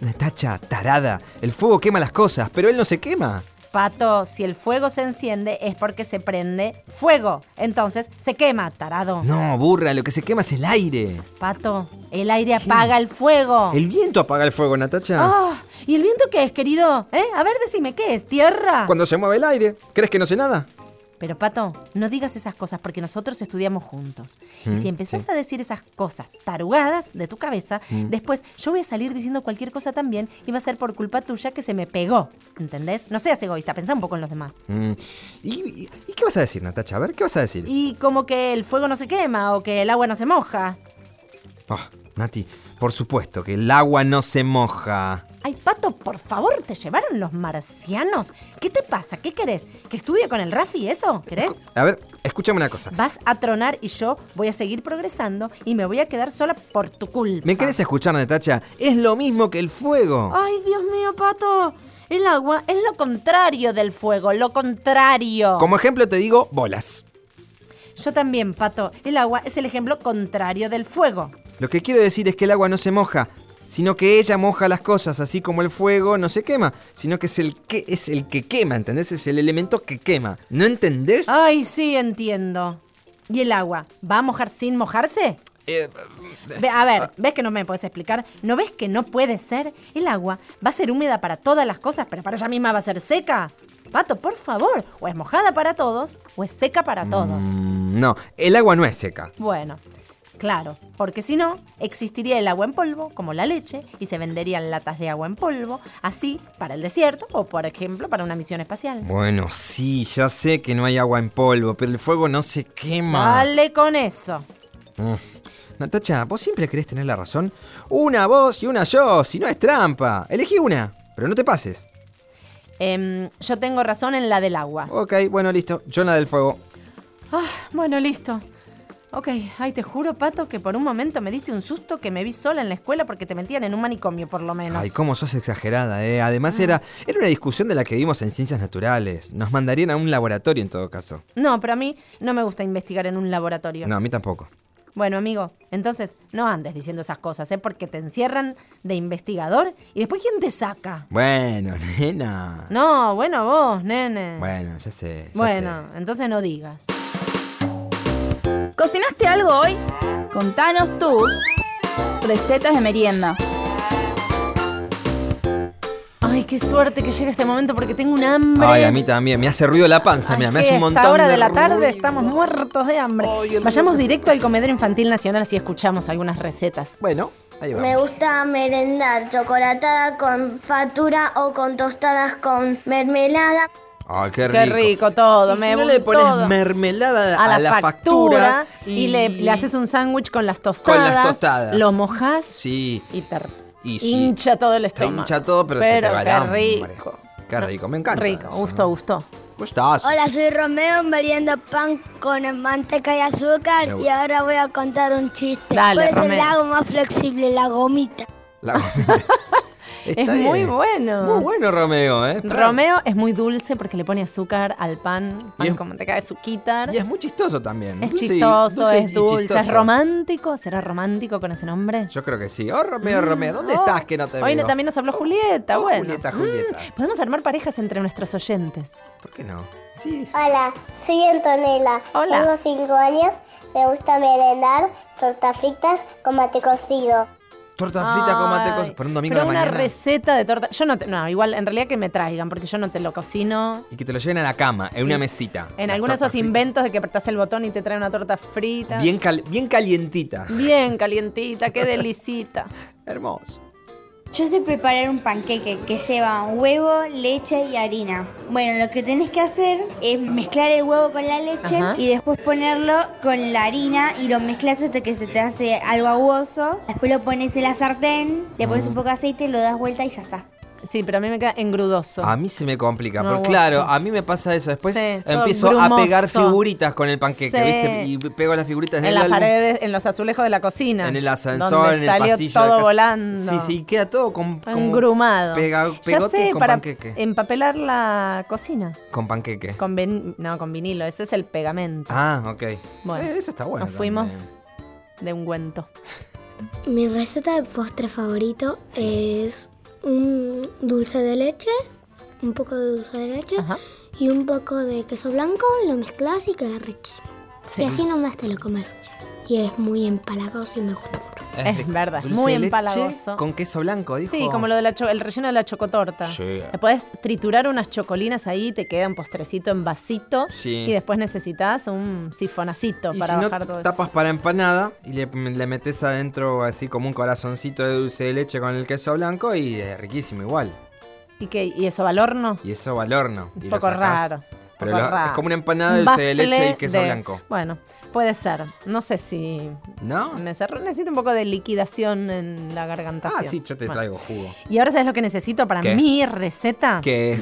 Speaker 3: Natacha, tarada. El fuego quema las cosas, pero él no se quema.
Speaker 2: Pato, si el fuego se enciende es porque se prende fuego. Entonces se quema, tarado.
Speaker 3: No, burra, lo que se quema es el aire.
Speaker 2: Pato, el aire apaga el fuego.
Speaker 3: El viento apaga el fuego, Natacha.
Speaker 2: Ah, ¿Y el viento qué es, querido? ¿Eh? A ver, decime, ¿qué es? ¿Tierra?
Speaker 3: Cuando se mueve el aire, ¿crees que no sé nada?
Speaker 2: Pero Pato, no digas esas cosas porque nosotros estudiamos juntos.
Speaker 3: Mm,
Speaker 2: y si empezás a decir esas cosas tarugadas de tu cabeza,
Speaker 3: Mm.
Speaker 2: después yo voy a salir diciendo cualquier cosa también y va a ser por culpa tuya que se me pegó. ¿Entendés? No seas egoísta, pensá un poco en los demás.
Speaker 3: Mm. ¿Y, y- y qué vas a decir, Natacha? A ver, ¿qué vas a decir?
Speaker 2: Y como que el fuego no se quema o que el agua no se moja.
Speaker 3: Oh, Nati, por supuesto que el agua no se moja.
Speaker 2: Ay, Pato, por favor, ¿te llevaron los marcianos? ¿Qué te pasa? ¿Qué querés? ¿Que estudie con el Rafi eso? ¿Querés?
Speaker 3: A ver, escúchame una cosa.
Speaker 2: Vas a tronar y yo voy a seguir progresando y me voy a quedar sola por tu culpa.
Speaker 3: ¿Me querés escuchar, Natacha? Es lo mismo que el fuego.
Speaker 2: Ah. Ay, Dios mío, Pato. El agua es lo contrario del fuego, lo contrario.
Speaker 3: Como ejemplo te digo bolas.
Speaker 2: Yo también, Pato. El agua es el ejemplo contrario del fuego.
Speaker 3: Lo que quiero decir es que el agua no se moja, sino que ella moja las cosas, así como el fuego no se quema, sino que es el que es el que quema, ¿entendés? Es el elemento que quema. ¿No entendés?
Speaker 2: Ay, sí, entiendo. ¿Y el agua? ¿Va a mojar sin mojarse? Ve- a ver, ¿ves que no me puedes explicar? ¿No ves que no puede ser? El agua va a ser húmeda para todas las cosas, pero para ella misma va a ser seca. Pato, por favor, o es mojada para todos o es seca para todos.
Speaker 3: Mm, No, el agua no es seca.
Speaker 2: Bueno, claro, porque si no, existiría el agua en polvo, como la leche, y se venderían latas de agua en polvo, así para el desierto o, por ejemplo, para una misión espacial.
Speaker 3: Bueno, sí, ya sé que no hay agua en polvo, pero el fuego no se quema.
Speaker 2: Dale con eso.
Speaker 3: Mm. Natacha, vos siempre querés tener la razón. Una vos y una yo, si no es trampa. Elegí una, pero no te pases.
Speaker 2: Em, yo tengo razón en la del agua.
Speaker 3: Ok, bueno, listo. Yo en la del fuego.
Speaker 2: Ah, bueno, listo. Ok, ay, te juro, Pato, que por un momento me diste un susto que me vi sola en la escuela porque te metían en un manicomio, por lo menos. Ah.
Speaker 3: Ay, cómo sos exagerada, ¿eh? Además era, era una discusión de la que vimos en ciencias naturales. Nos mandarían a un laboratorio en todo caso.
Speaker 2: No, pero a mí no me gusta investigar en un laboratorio.
Speaker 3: No, a mí tampoco.
Speaker 2: Bueno, amigo, entonces no andes diciendo esas cosas, ¿eh? Porque te encierran de investigador y después ¿quién te saca?
Speaker 3: Bueno, nena.
Speaker 2: No, bueno, vos, nene.
Speaker 3: Bueno, ya sé. ya
Speaker 2: Bueno, entonces no digas.
Speaker 6: ¿Cocinaste algo hoy? Contanos tus recetas de merienda.
Speaker 2: Ay, qué suerte que llega este momento porque tengo un hambre.
Speaker 3: Ay, a mí también. Me hace ruido la panza, mira, me hace
Speaker 2: que
Speaker 3: un
Speaker 2: a esta
Speaker 3: montón
Speaker 2: hora de,
Speaker 3: de
Speaker 2: la
Speaker 3: ruido.
Speaker 2: tarde estamos muertos de hambre. Vayamos directo al comedor infantil nacional si escuchamos algunas recetas.
Speaker 3: Bueno, ahí
Speaker 14: Me gusta merendar chocolatada con fatura o con tostadas con mermelada.
Speaker 3: Ay, qué rico.
Speaker 2: Qué rico todo,
Speaker 3: Y
Speaker 2: me
Speaker 3: si no le pones
Speaker 2: todo.
Speaker 3: mermelada
Speaker 2: a la,
Speaker 3: factura
Speaker 2: factura, y, le, le haces un sándwich con las
Speaker 3: con
Speaker 2: tostadas.
Speaker 3: las tostadas.
Speaker 2: Lo mojas
Speaker 3: Sí.
Speaker 2: y te
Speaker 3: Y sí.
Speaker 2: hincha todo el
Speaker 3: Te
Speaker 2: estómago.
Speaker 3: hincha todo, pero, se te va el
Speaker 2: qué
Speaker 3: hambre.
Speaker 2: rico.
Speaker 3: Qué rico, me encanta.
Speaker 2: Rico, gusto, gusto.
Speaker 3: Gustás.
Speaker 14: Hola, soy Romeo, meriendo pan con manteca y azúcar
Speaker 3: Me
Speaker 14: y
Speaker 3: gusta.
Speaker 14: ahora voy a contar un chiste.
Speaker 2: Dale,
Speaker 14: ¿Cuál es el
Speaker 2: Romeo.
Speaker 14: lago más flexible? La gomita.
Speaker 3: La- Está
Speaker 2: es muy
Speaker 3: bien.
Speaker 2: bueno.
Speaker 3: Muy bueno, Romeo, ¿eh? Está
Speaker 2: Romeo es muy dulce porque le pone azúcar al pan, pan con manteca de suquitar.
Speaker 3: Y es muy chistoso también.
Speaker 2: Es
Speaker 3: Dulce y-
Speaker 2: chistoso,
Speaker 3: dulce
Speaker 2: es
Speaker 3: y
Speaker 2: dulce, es
Speaker 3: chistoso.
Speaker 2: romántico. ¿Será romántico con ese nombre?
Speaker 3: Yo creo que sí. Oh, Romeo,
Speaker 2: Mm,
Speaker 3: Romeo, ¿dónde
Speaker 2: oh,
Speaker 3: estás que no te
Speaker 2: Hoy
Speaker 3: veo? Oh,
Speaker 2: no- también nos habló Julieta, bueno.
Speaker 3: Julieta,
Speaker 2: Mm,
Speaker 3: Julieta.
Speaker 2: podemos armar parejas entre nuestros oyentes.
Speaker 3: ¿Por qué no?
Speaker 18: Hola, soy Antonella.
Speaker 2: Hola.
Speaker 18: Tengo 5 años. Me gusta merendar tortas fritas con mate cocido.
Speaker 3: Torta frita con mate
Speaker 2: Ay,
Speaker 3: cos- para un domingo
Speaker 2: Pero
Speaker 3: a la
Speaker 2: una
Speaker 3: mañana.
Speaker 2: receta de torta. Yo no, te- no, igual en realidad que me traigan, porque yo no te lo cocino.
Speaker 3: Y que te lo lleven a la cama, en una mesita.
Speaker 2: En
Speaker 3: Las
Speaker 2: algunos de
Speaker 3: tortas
Speaker 2: esos inventos de que apretás el botón y te traen una torta frita.
Speaker 3: fritas. Bien, cal- bien calientita.
Speaker 2: Bien calientita, qué delicita.
Speaker 3: Hermoso.
Speaker 19: Yo sé preparar un panqueque que lleva huevo, leche y harina. Bueno, lo que tenés que hacer es mezclar el huevo con la leche
Speaker 20: Ajá.
Speaker 19: y después ponerlo con la harina y lo mezclas hasta que se te hace algo aguoso. Después lo pones en la sartén, le pones un poco de aceite, lo das vuelta y ya está.
Speaker 2: Sí, pero a mí me queda engrudoso.
Speaker 3: A mí se me complica,
Speaker 2: No,
Speaker 3: porque
Speaker 2: vos
Speaker 3: claro,
Speaker 2: sí.
Speaker 3: a mí me pasa eso. Después
Speaker 2: Sí, todo
Speaker 3: empiezo a pegar
Speaker 2: brumoso.
Speaker 3: figuritas con el panqueque,
Speaker 2: Sí.
Speaker 3: ¿viste? Y pego las figuritas
Speaker 2: En,
Speaker 3: en, el
Speaker 2: las
Speaker 3: álbum,
Speaker 2: paredes, en los azulejos de la cocina.
Speaker 3: en el ascensor,
Speaker 2: donde
Speaker 3: en el
Speaker 2: salió
Speaker 3: pasillo. de
Speaker 2: todo
Speaker 3: casa.
Speaker 2: volando.
Speaker 3: Sí, sí, queda todo con, como
Speaker 2: Engrumado.
Speaker 3: pega-
Speaker 2: ya
Speaker 3: pegotes
Speaker 2: sé,
Speaker 3: con
Speaker 2: para
Speaker 3: panqueque.
Speaker 2: empapelar la cocina.
Speaker 3: Con panqueque.
Speaker 2: Con vin- no, con vinilo. Ese es el pegamento.
Speaker 3: Ah, ok.
Speaker 2: Bueno,
Speaker 3: Eh, eso está bueno.
Speaker 2: Nos fuimos de ungüento.
Speaker 20: Mi receta de postre favorito es un dulce de leche, un poco de dulce de leche y un poco de queso blanco, lo mezclas y queda riquísimo.
Speaker 2: Sí.
Speaker 20: Y así nomás te lo comes. Y es muy empalagoso y me gusta mucho.
Speaker 3: también.
Speaker 2: Es
Speaker 3: rico.
Speaker 2: verdad,
Speaker 3: Dulce
Speaker 2: muy
Speaker 3: de leche
Speaker 2: empalagoso.
Speaker 3: Con queso blanco, dijo.
Speaker 2: Sí, como lo del el relleno de la chocotorta.
Speaker 3: Sí.
Speaker 2: Le podés triturar unas chocolinas ahí, te queda un postrecito en vasito.
Speaker 3: Sí.
Speaker 2: Y después necesitas un sifonacito
Speaker 3: Y
Speaker 2: para
Speaker 3: si no,
Speaker 2: bajar todo eso.
Speaker 3: tapas para empanada y le, le metes adentro así como un corazoncito de dulce de leche con el queso blanco y eh, riquísimo igual.
Speaker 2: ¿Y, qué? ¿Y eso va al horno?
Speaker 3: Y eso va al horno. y
Speaker 2: Un
Speaker 3: lo
Speaker 2: poco
Speaker 3: sacás.
Speaker 2: raro.
Speaker 3: Pero
Speaker 2: poco
Speaker 3: lo- es
Speaker 2: raro.
Speaker 3: como una empanada de dulce de
Speaker 2: Bafle
Speaker 3: leche y queso
Speaker 2: de-
Speaker 3: blanco.
Speaker 2: Bueno, puede ser. No sé si.
Speaker 3: ¿No?
Speaker 2: Me cerró. Necesito un poco de liquidación en la garganta.
Speaker 3: Ah, sí, yo te
Speaker 2: Bueno.
Speaker 3: traigo jugo.
Speaker 2: Y ahora, ¿sabes lo que necesito para
Speaker 3: ¿Qué?
Speaker 2: mi receta?
Speaker 3: ¿Qué?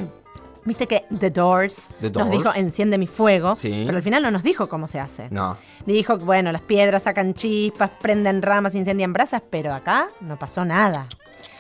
Speaker 2: Viste que The Doors,
Speaker 3: The
Speaker 2: nos
Speaker 3: Doors.
Speaker 2: dijo enciende mi fuego,
Speaker 3: Sí.
Speaker 2: pero al final no nos dijo cómo se hace.
Speaker 3: No.
Speaker 2: Dijo que, bueno, las piedras sacan chispas, prenden ramas, incendian brasas, pero acá no pasó nada.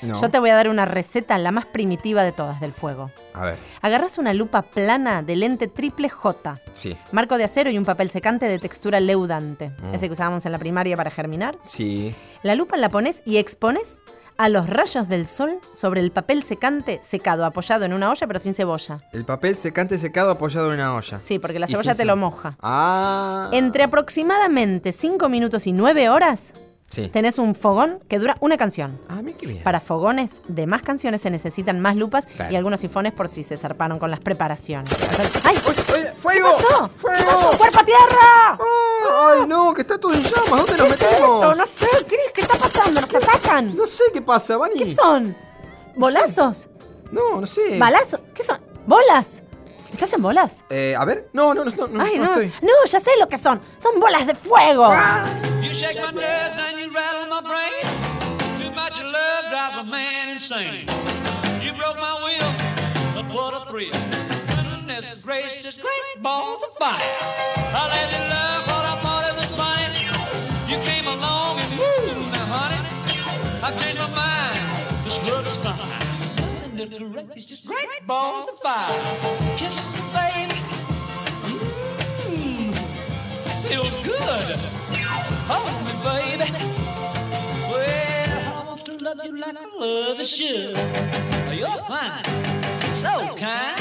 Speaker 3: No.
Speaker 2: Yo te voy a dar una receta, la más primitiva de todas del fuego.
Speaker 3: A ver,
Speaker 2: Agarras una lupa plana de lente triple J,
Speaker 3: sí.
Speaker 2: marco de acero y un papel secante de textura leudante,
Speaker 3: Mm.
Speaker 2: ese que usábamos en la primaria para germinar.
Speaker 3: Sí.
Speaker 2: La lupa la pones y expones a los rayos del sol sobre el papel secante secado, apoyado en una olla pero sin cebolla.
Speaker 3: El papel secante secado apoyado en una olla.
Speaker 2: Sí, porque la
Speaker 3: Y sin
Speaker 2: cebolla te
Speaker 3: cebolla.
Speaker 2: lo moja.
Speaker 3: Ah.
Speaker 2: Entre aproximadamente 5 minutos y 9 horas
Speaker 3: Sí.
Speaker 2: tenés un fogón que dura una canción.
Speaker 3: Ah, mira qué bien.
Speaker 2: Para fogones de más canciones se necesitan más lupas
Speaker 3: Claro. Ah,
Speaker 2: y algunos sifones por si se zarparon con las preparaciones. ¡Ay!
Speaker 3: ¡Fuego!
Speaker 2: ¿Qué pasó? ¿Qué
Speaker 3: ¡Fuego!
Speaker 2: pasó? ¡Cuerpo a tierra!
Speaker 3: ¡Ay, no! ¡Que está todo en llamas! ¿Dónde nos
Speaker 2: ¿Qué es
Speaker 3: metemos?
Speaker 2: esto? No sé, Cris, ¿qué está pasando? ¿Nos atacan?
Speaker 3: No sé qué pasa, Vani.
Speaker 2: ¿Qué son? ¿Bolazos?
Speaker 3: No, no sé.
Speaker 2: ¿Balazos? ¿Qué son? ¿Bolas? ¿Estás en bolas?
Speaker 3: Eh, a ver. No, no, no, no, no,
Speaker 2: Ay,
Speaker 3: no
Speaker 2: no.
Speaker 3: estoy. Ah.
Speaker 2: No, ya sé lo que son. Son bolas de fuego.
Speaker 21: You shake my nerves and you rattle my brain. Too much of love drives a man insane. You broke my will, but what a thrill. Goodness gracious, great balls of fire. I let you love what I thought it was funny. You came along and woo, now honey, I've changed my mind. This love is fine. Goodness gracious, great balls of fire. Kisses, baby. Mm, Mmm, feels good. Oh, love you like a lover should. You're fine, so kind.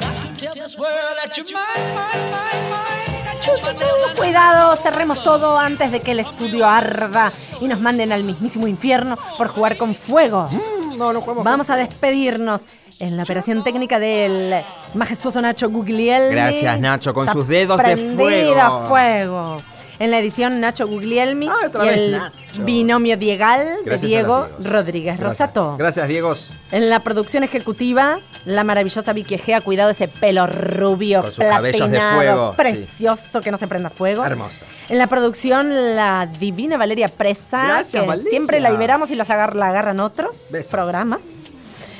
Speaker 21: Got to tell this world that you're mine, mine, mine, mine. That you're my
Speaker 2: Tengo cuidado, cerremos todo antes de que el estudio arda y nos manden al mismísimo infierno por jugar con fuego.
Speaker 3: Mm,
Speaker 2: Vamos a despedirnos en la operación técnica del majestuoso Nacho Guglielmi.
Speaker 3: Gracias, Nacho, con sus dedos de
Speaker 2: Prendida
Speaker 3: fuego.
Speaker 2: a fuego. En la edición Nacho Guglielmi
Speaker 3: Ah, otra
Speaker 2: y
Speaker 3: vez
Speaker 2: el
Speaker 3: Nacho.
Speaker 2: binomio Diegal
Speaker 3: Gracias a
Speaker 2: de Diego
Speaker 3: los
Speaker 2: Rodríguez Rosato.
Speaker 3: Gracias, Diegos.
Speaker 2: En la producción ejecutiva, la maravillosa Vicky Egea, cuidado ese pelo rubio,
Speaker 3: Con sus cabellos de
Speaker 2: platinado,
Speaker 3: fuego, sí.
Speaker 2: precioso, que no se prenda fuego.
Speaker 3: Hermosa.
Speaker 2: En la producción, la divina Valeria Presa,
Speaker 3: Gracias,
Speaker 2: que
Speaker 3: Valeria.
Speaker 2: siempre la liberamos y las agar- la agarran otros programas.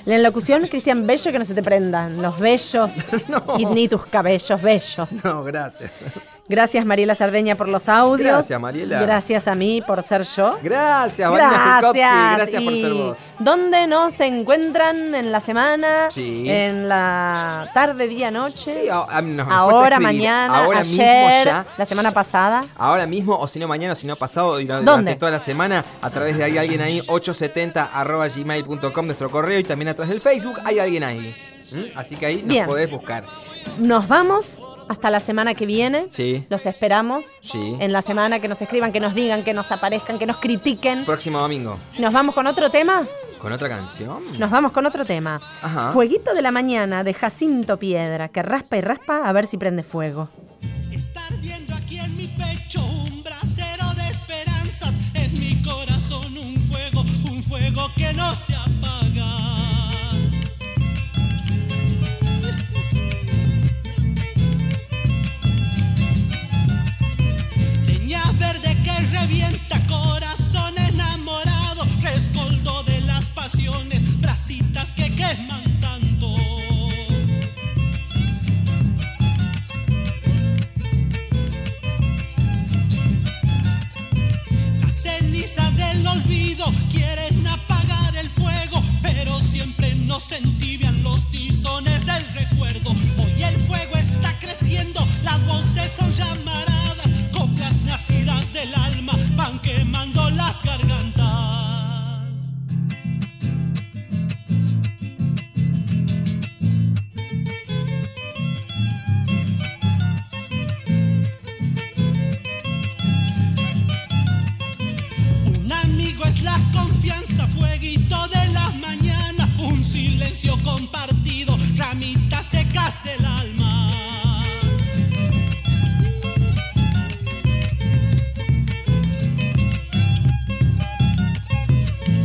Speaker 2: La locución, Cristian Bello, que no se te prendan los bellos y ni tus cabellos bellos.
Speaker 3: No, gracias.
Speaker 2: Gracias Mariela Sardeña por los audios.
Speaker 3: Gracias, Mariela.
Speaker 2: Gracias a mí por ser yo.
Speaker 3: Gracias, Marina Jukowski. Gracias por
Speaker 2: Y
Speaker 3: ser vos.
Speaker 2: ¿Dónde nos encuentran en la semana?
Speaker 3: Sí.
Speaker 2: En la tarde, día, noche.
Speaker 3: Sí, a- a- nos- nos puedes
Speaker 2: ahora,
Speaker 3: escribir
Speaker 2: mañana,
Speaker 3: ahora
Speaker 2: ayer,
Speaker 3: mismo ya.
Speaker 2: la semana pasada.
Speaker 3: Ahora mismo, o si no mañana, o si no pasado, y durante
Speaker 2: ¿Dónde?
Speaker 3: toda la semana, a través de hay alguien ahí, 870 arroba gmail.com, nuestro correo, y también a través del Facebook, hay alguien ahí. ¿Mm? Así que ahí nos
Speaker 2: Bien.
Speaker 3: podés buscar.
Speaker 2: Nos vamos hasta la semana que viene.
Speaker 3: Sí,
Speaker 2: Los esperamos.
Speaker 3: sí.
Speaker 2: En la semana que nos escriban, que nos digan, que nos aparezcan, que nos critiquen.
Speaker 3: Próximo domingo,
Speaker 2: ¿Nos vamos con otro tema?
Speaker 3: con otra canción.
Speaker 2: Nos vamos con otro tema.
Speaker 3: Ajá.
Speaker 2: Fueguito de la mañana de Jacinto Piedra, que raspa y raspa a ver si prende fuego.
Speaker 12: ardiendo aquí en mi pecho un brasero de esperanzas. Es mi corazón un fuego, un fuego que no se apaga. Leña verde que revienta, corazón enamorado, rescoldo de las pasiones, bracitas que queman tanto. Las cenizas del olvido quieren apagar el fuego, pero siempre nos entibian los tizones del recuerdo. Hoy el fuego está creciendo, las voces son llamaradas, coplas nacidas del alma van quemando las gargantas. Un amigo es la confianza, fueguito de la mañana, un silencio compartido, ramitas secas del alma.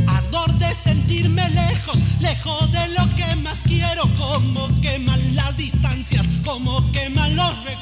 Speaker 12: Ardor de sentirme lejos, lejos de lo que más quiero, como queman las distancias, como queman los recuerdos.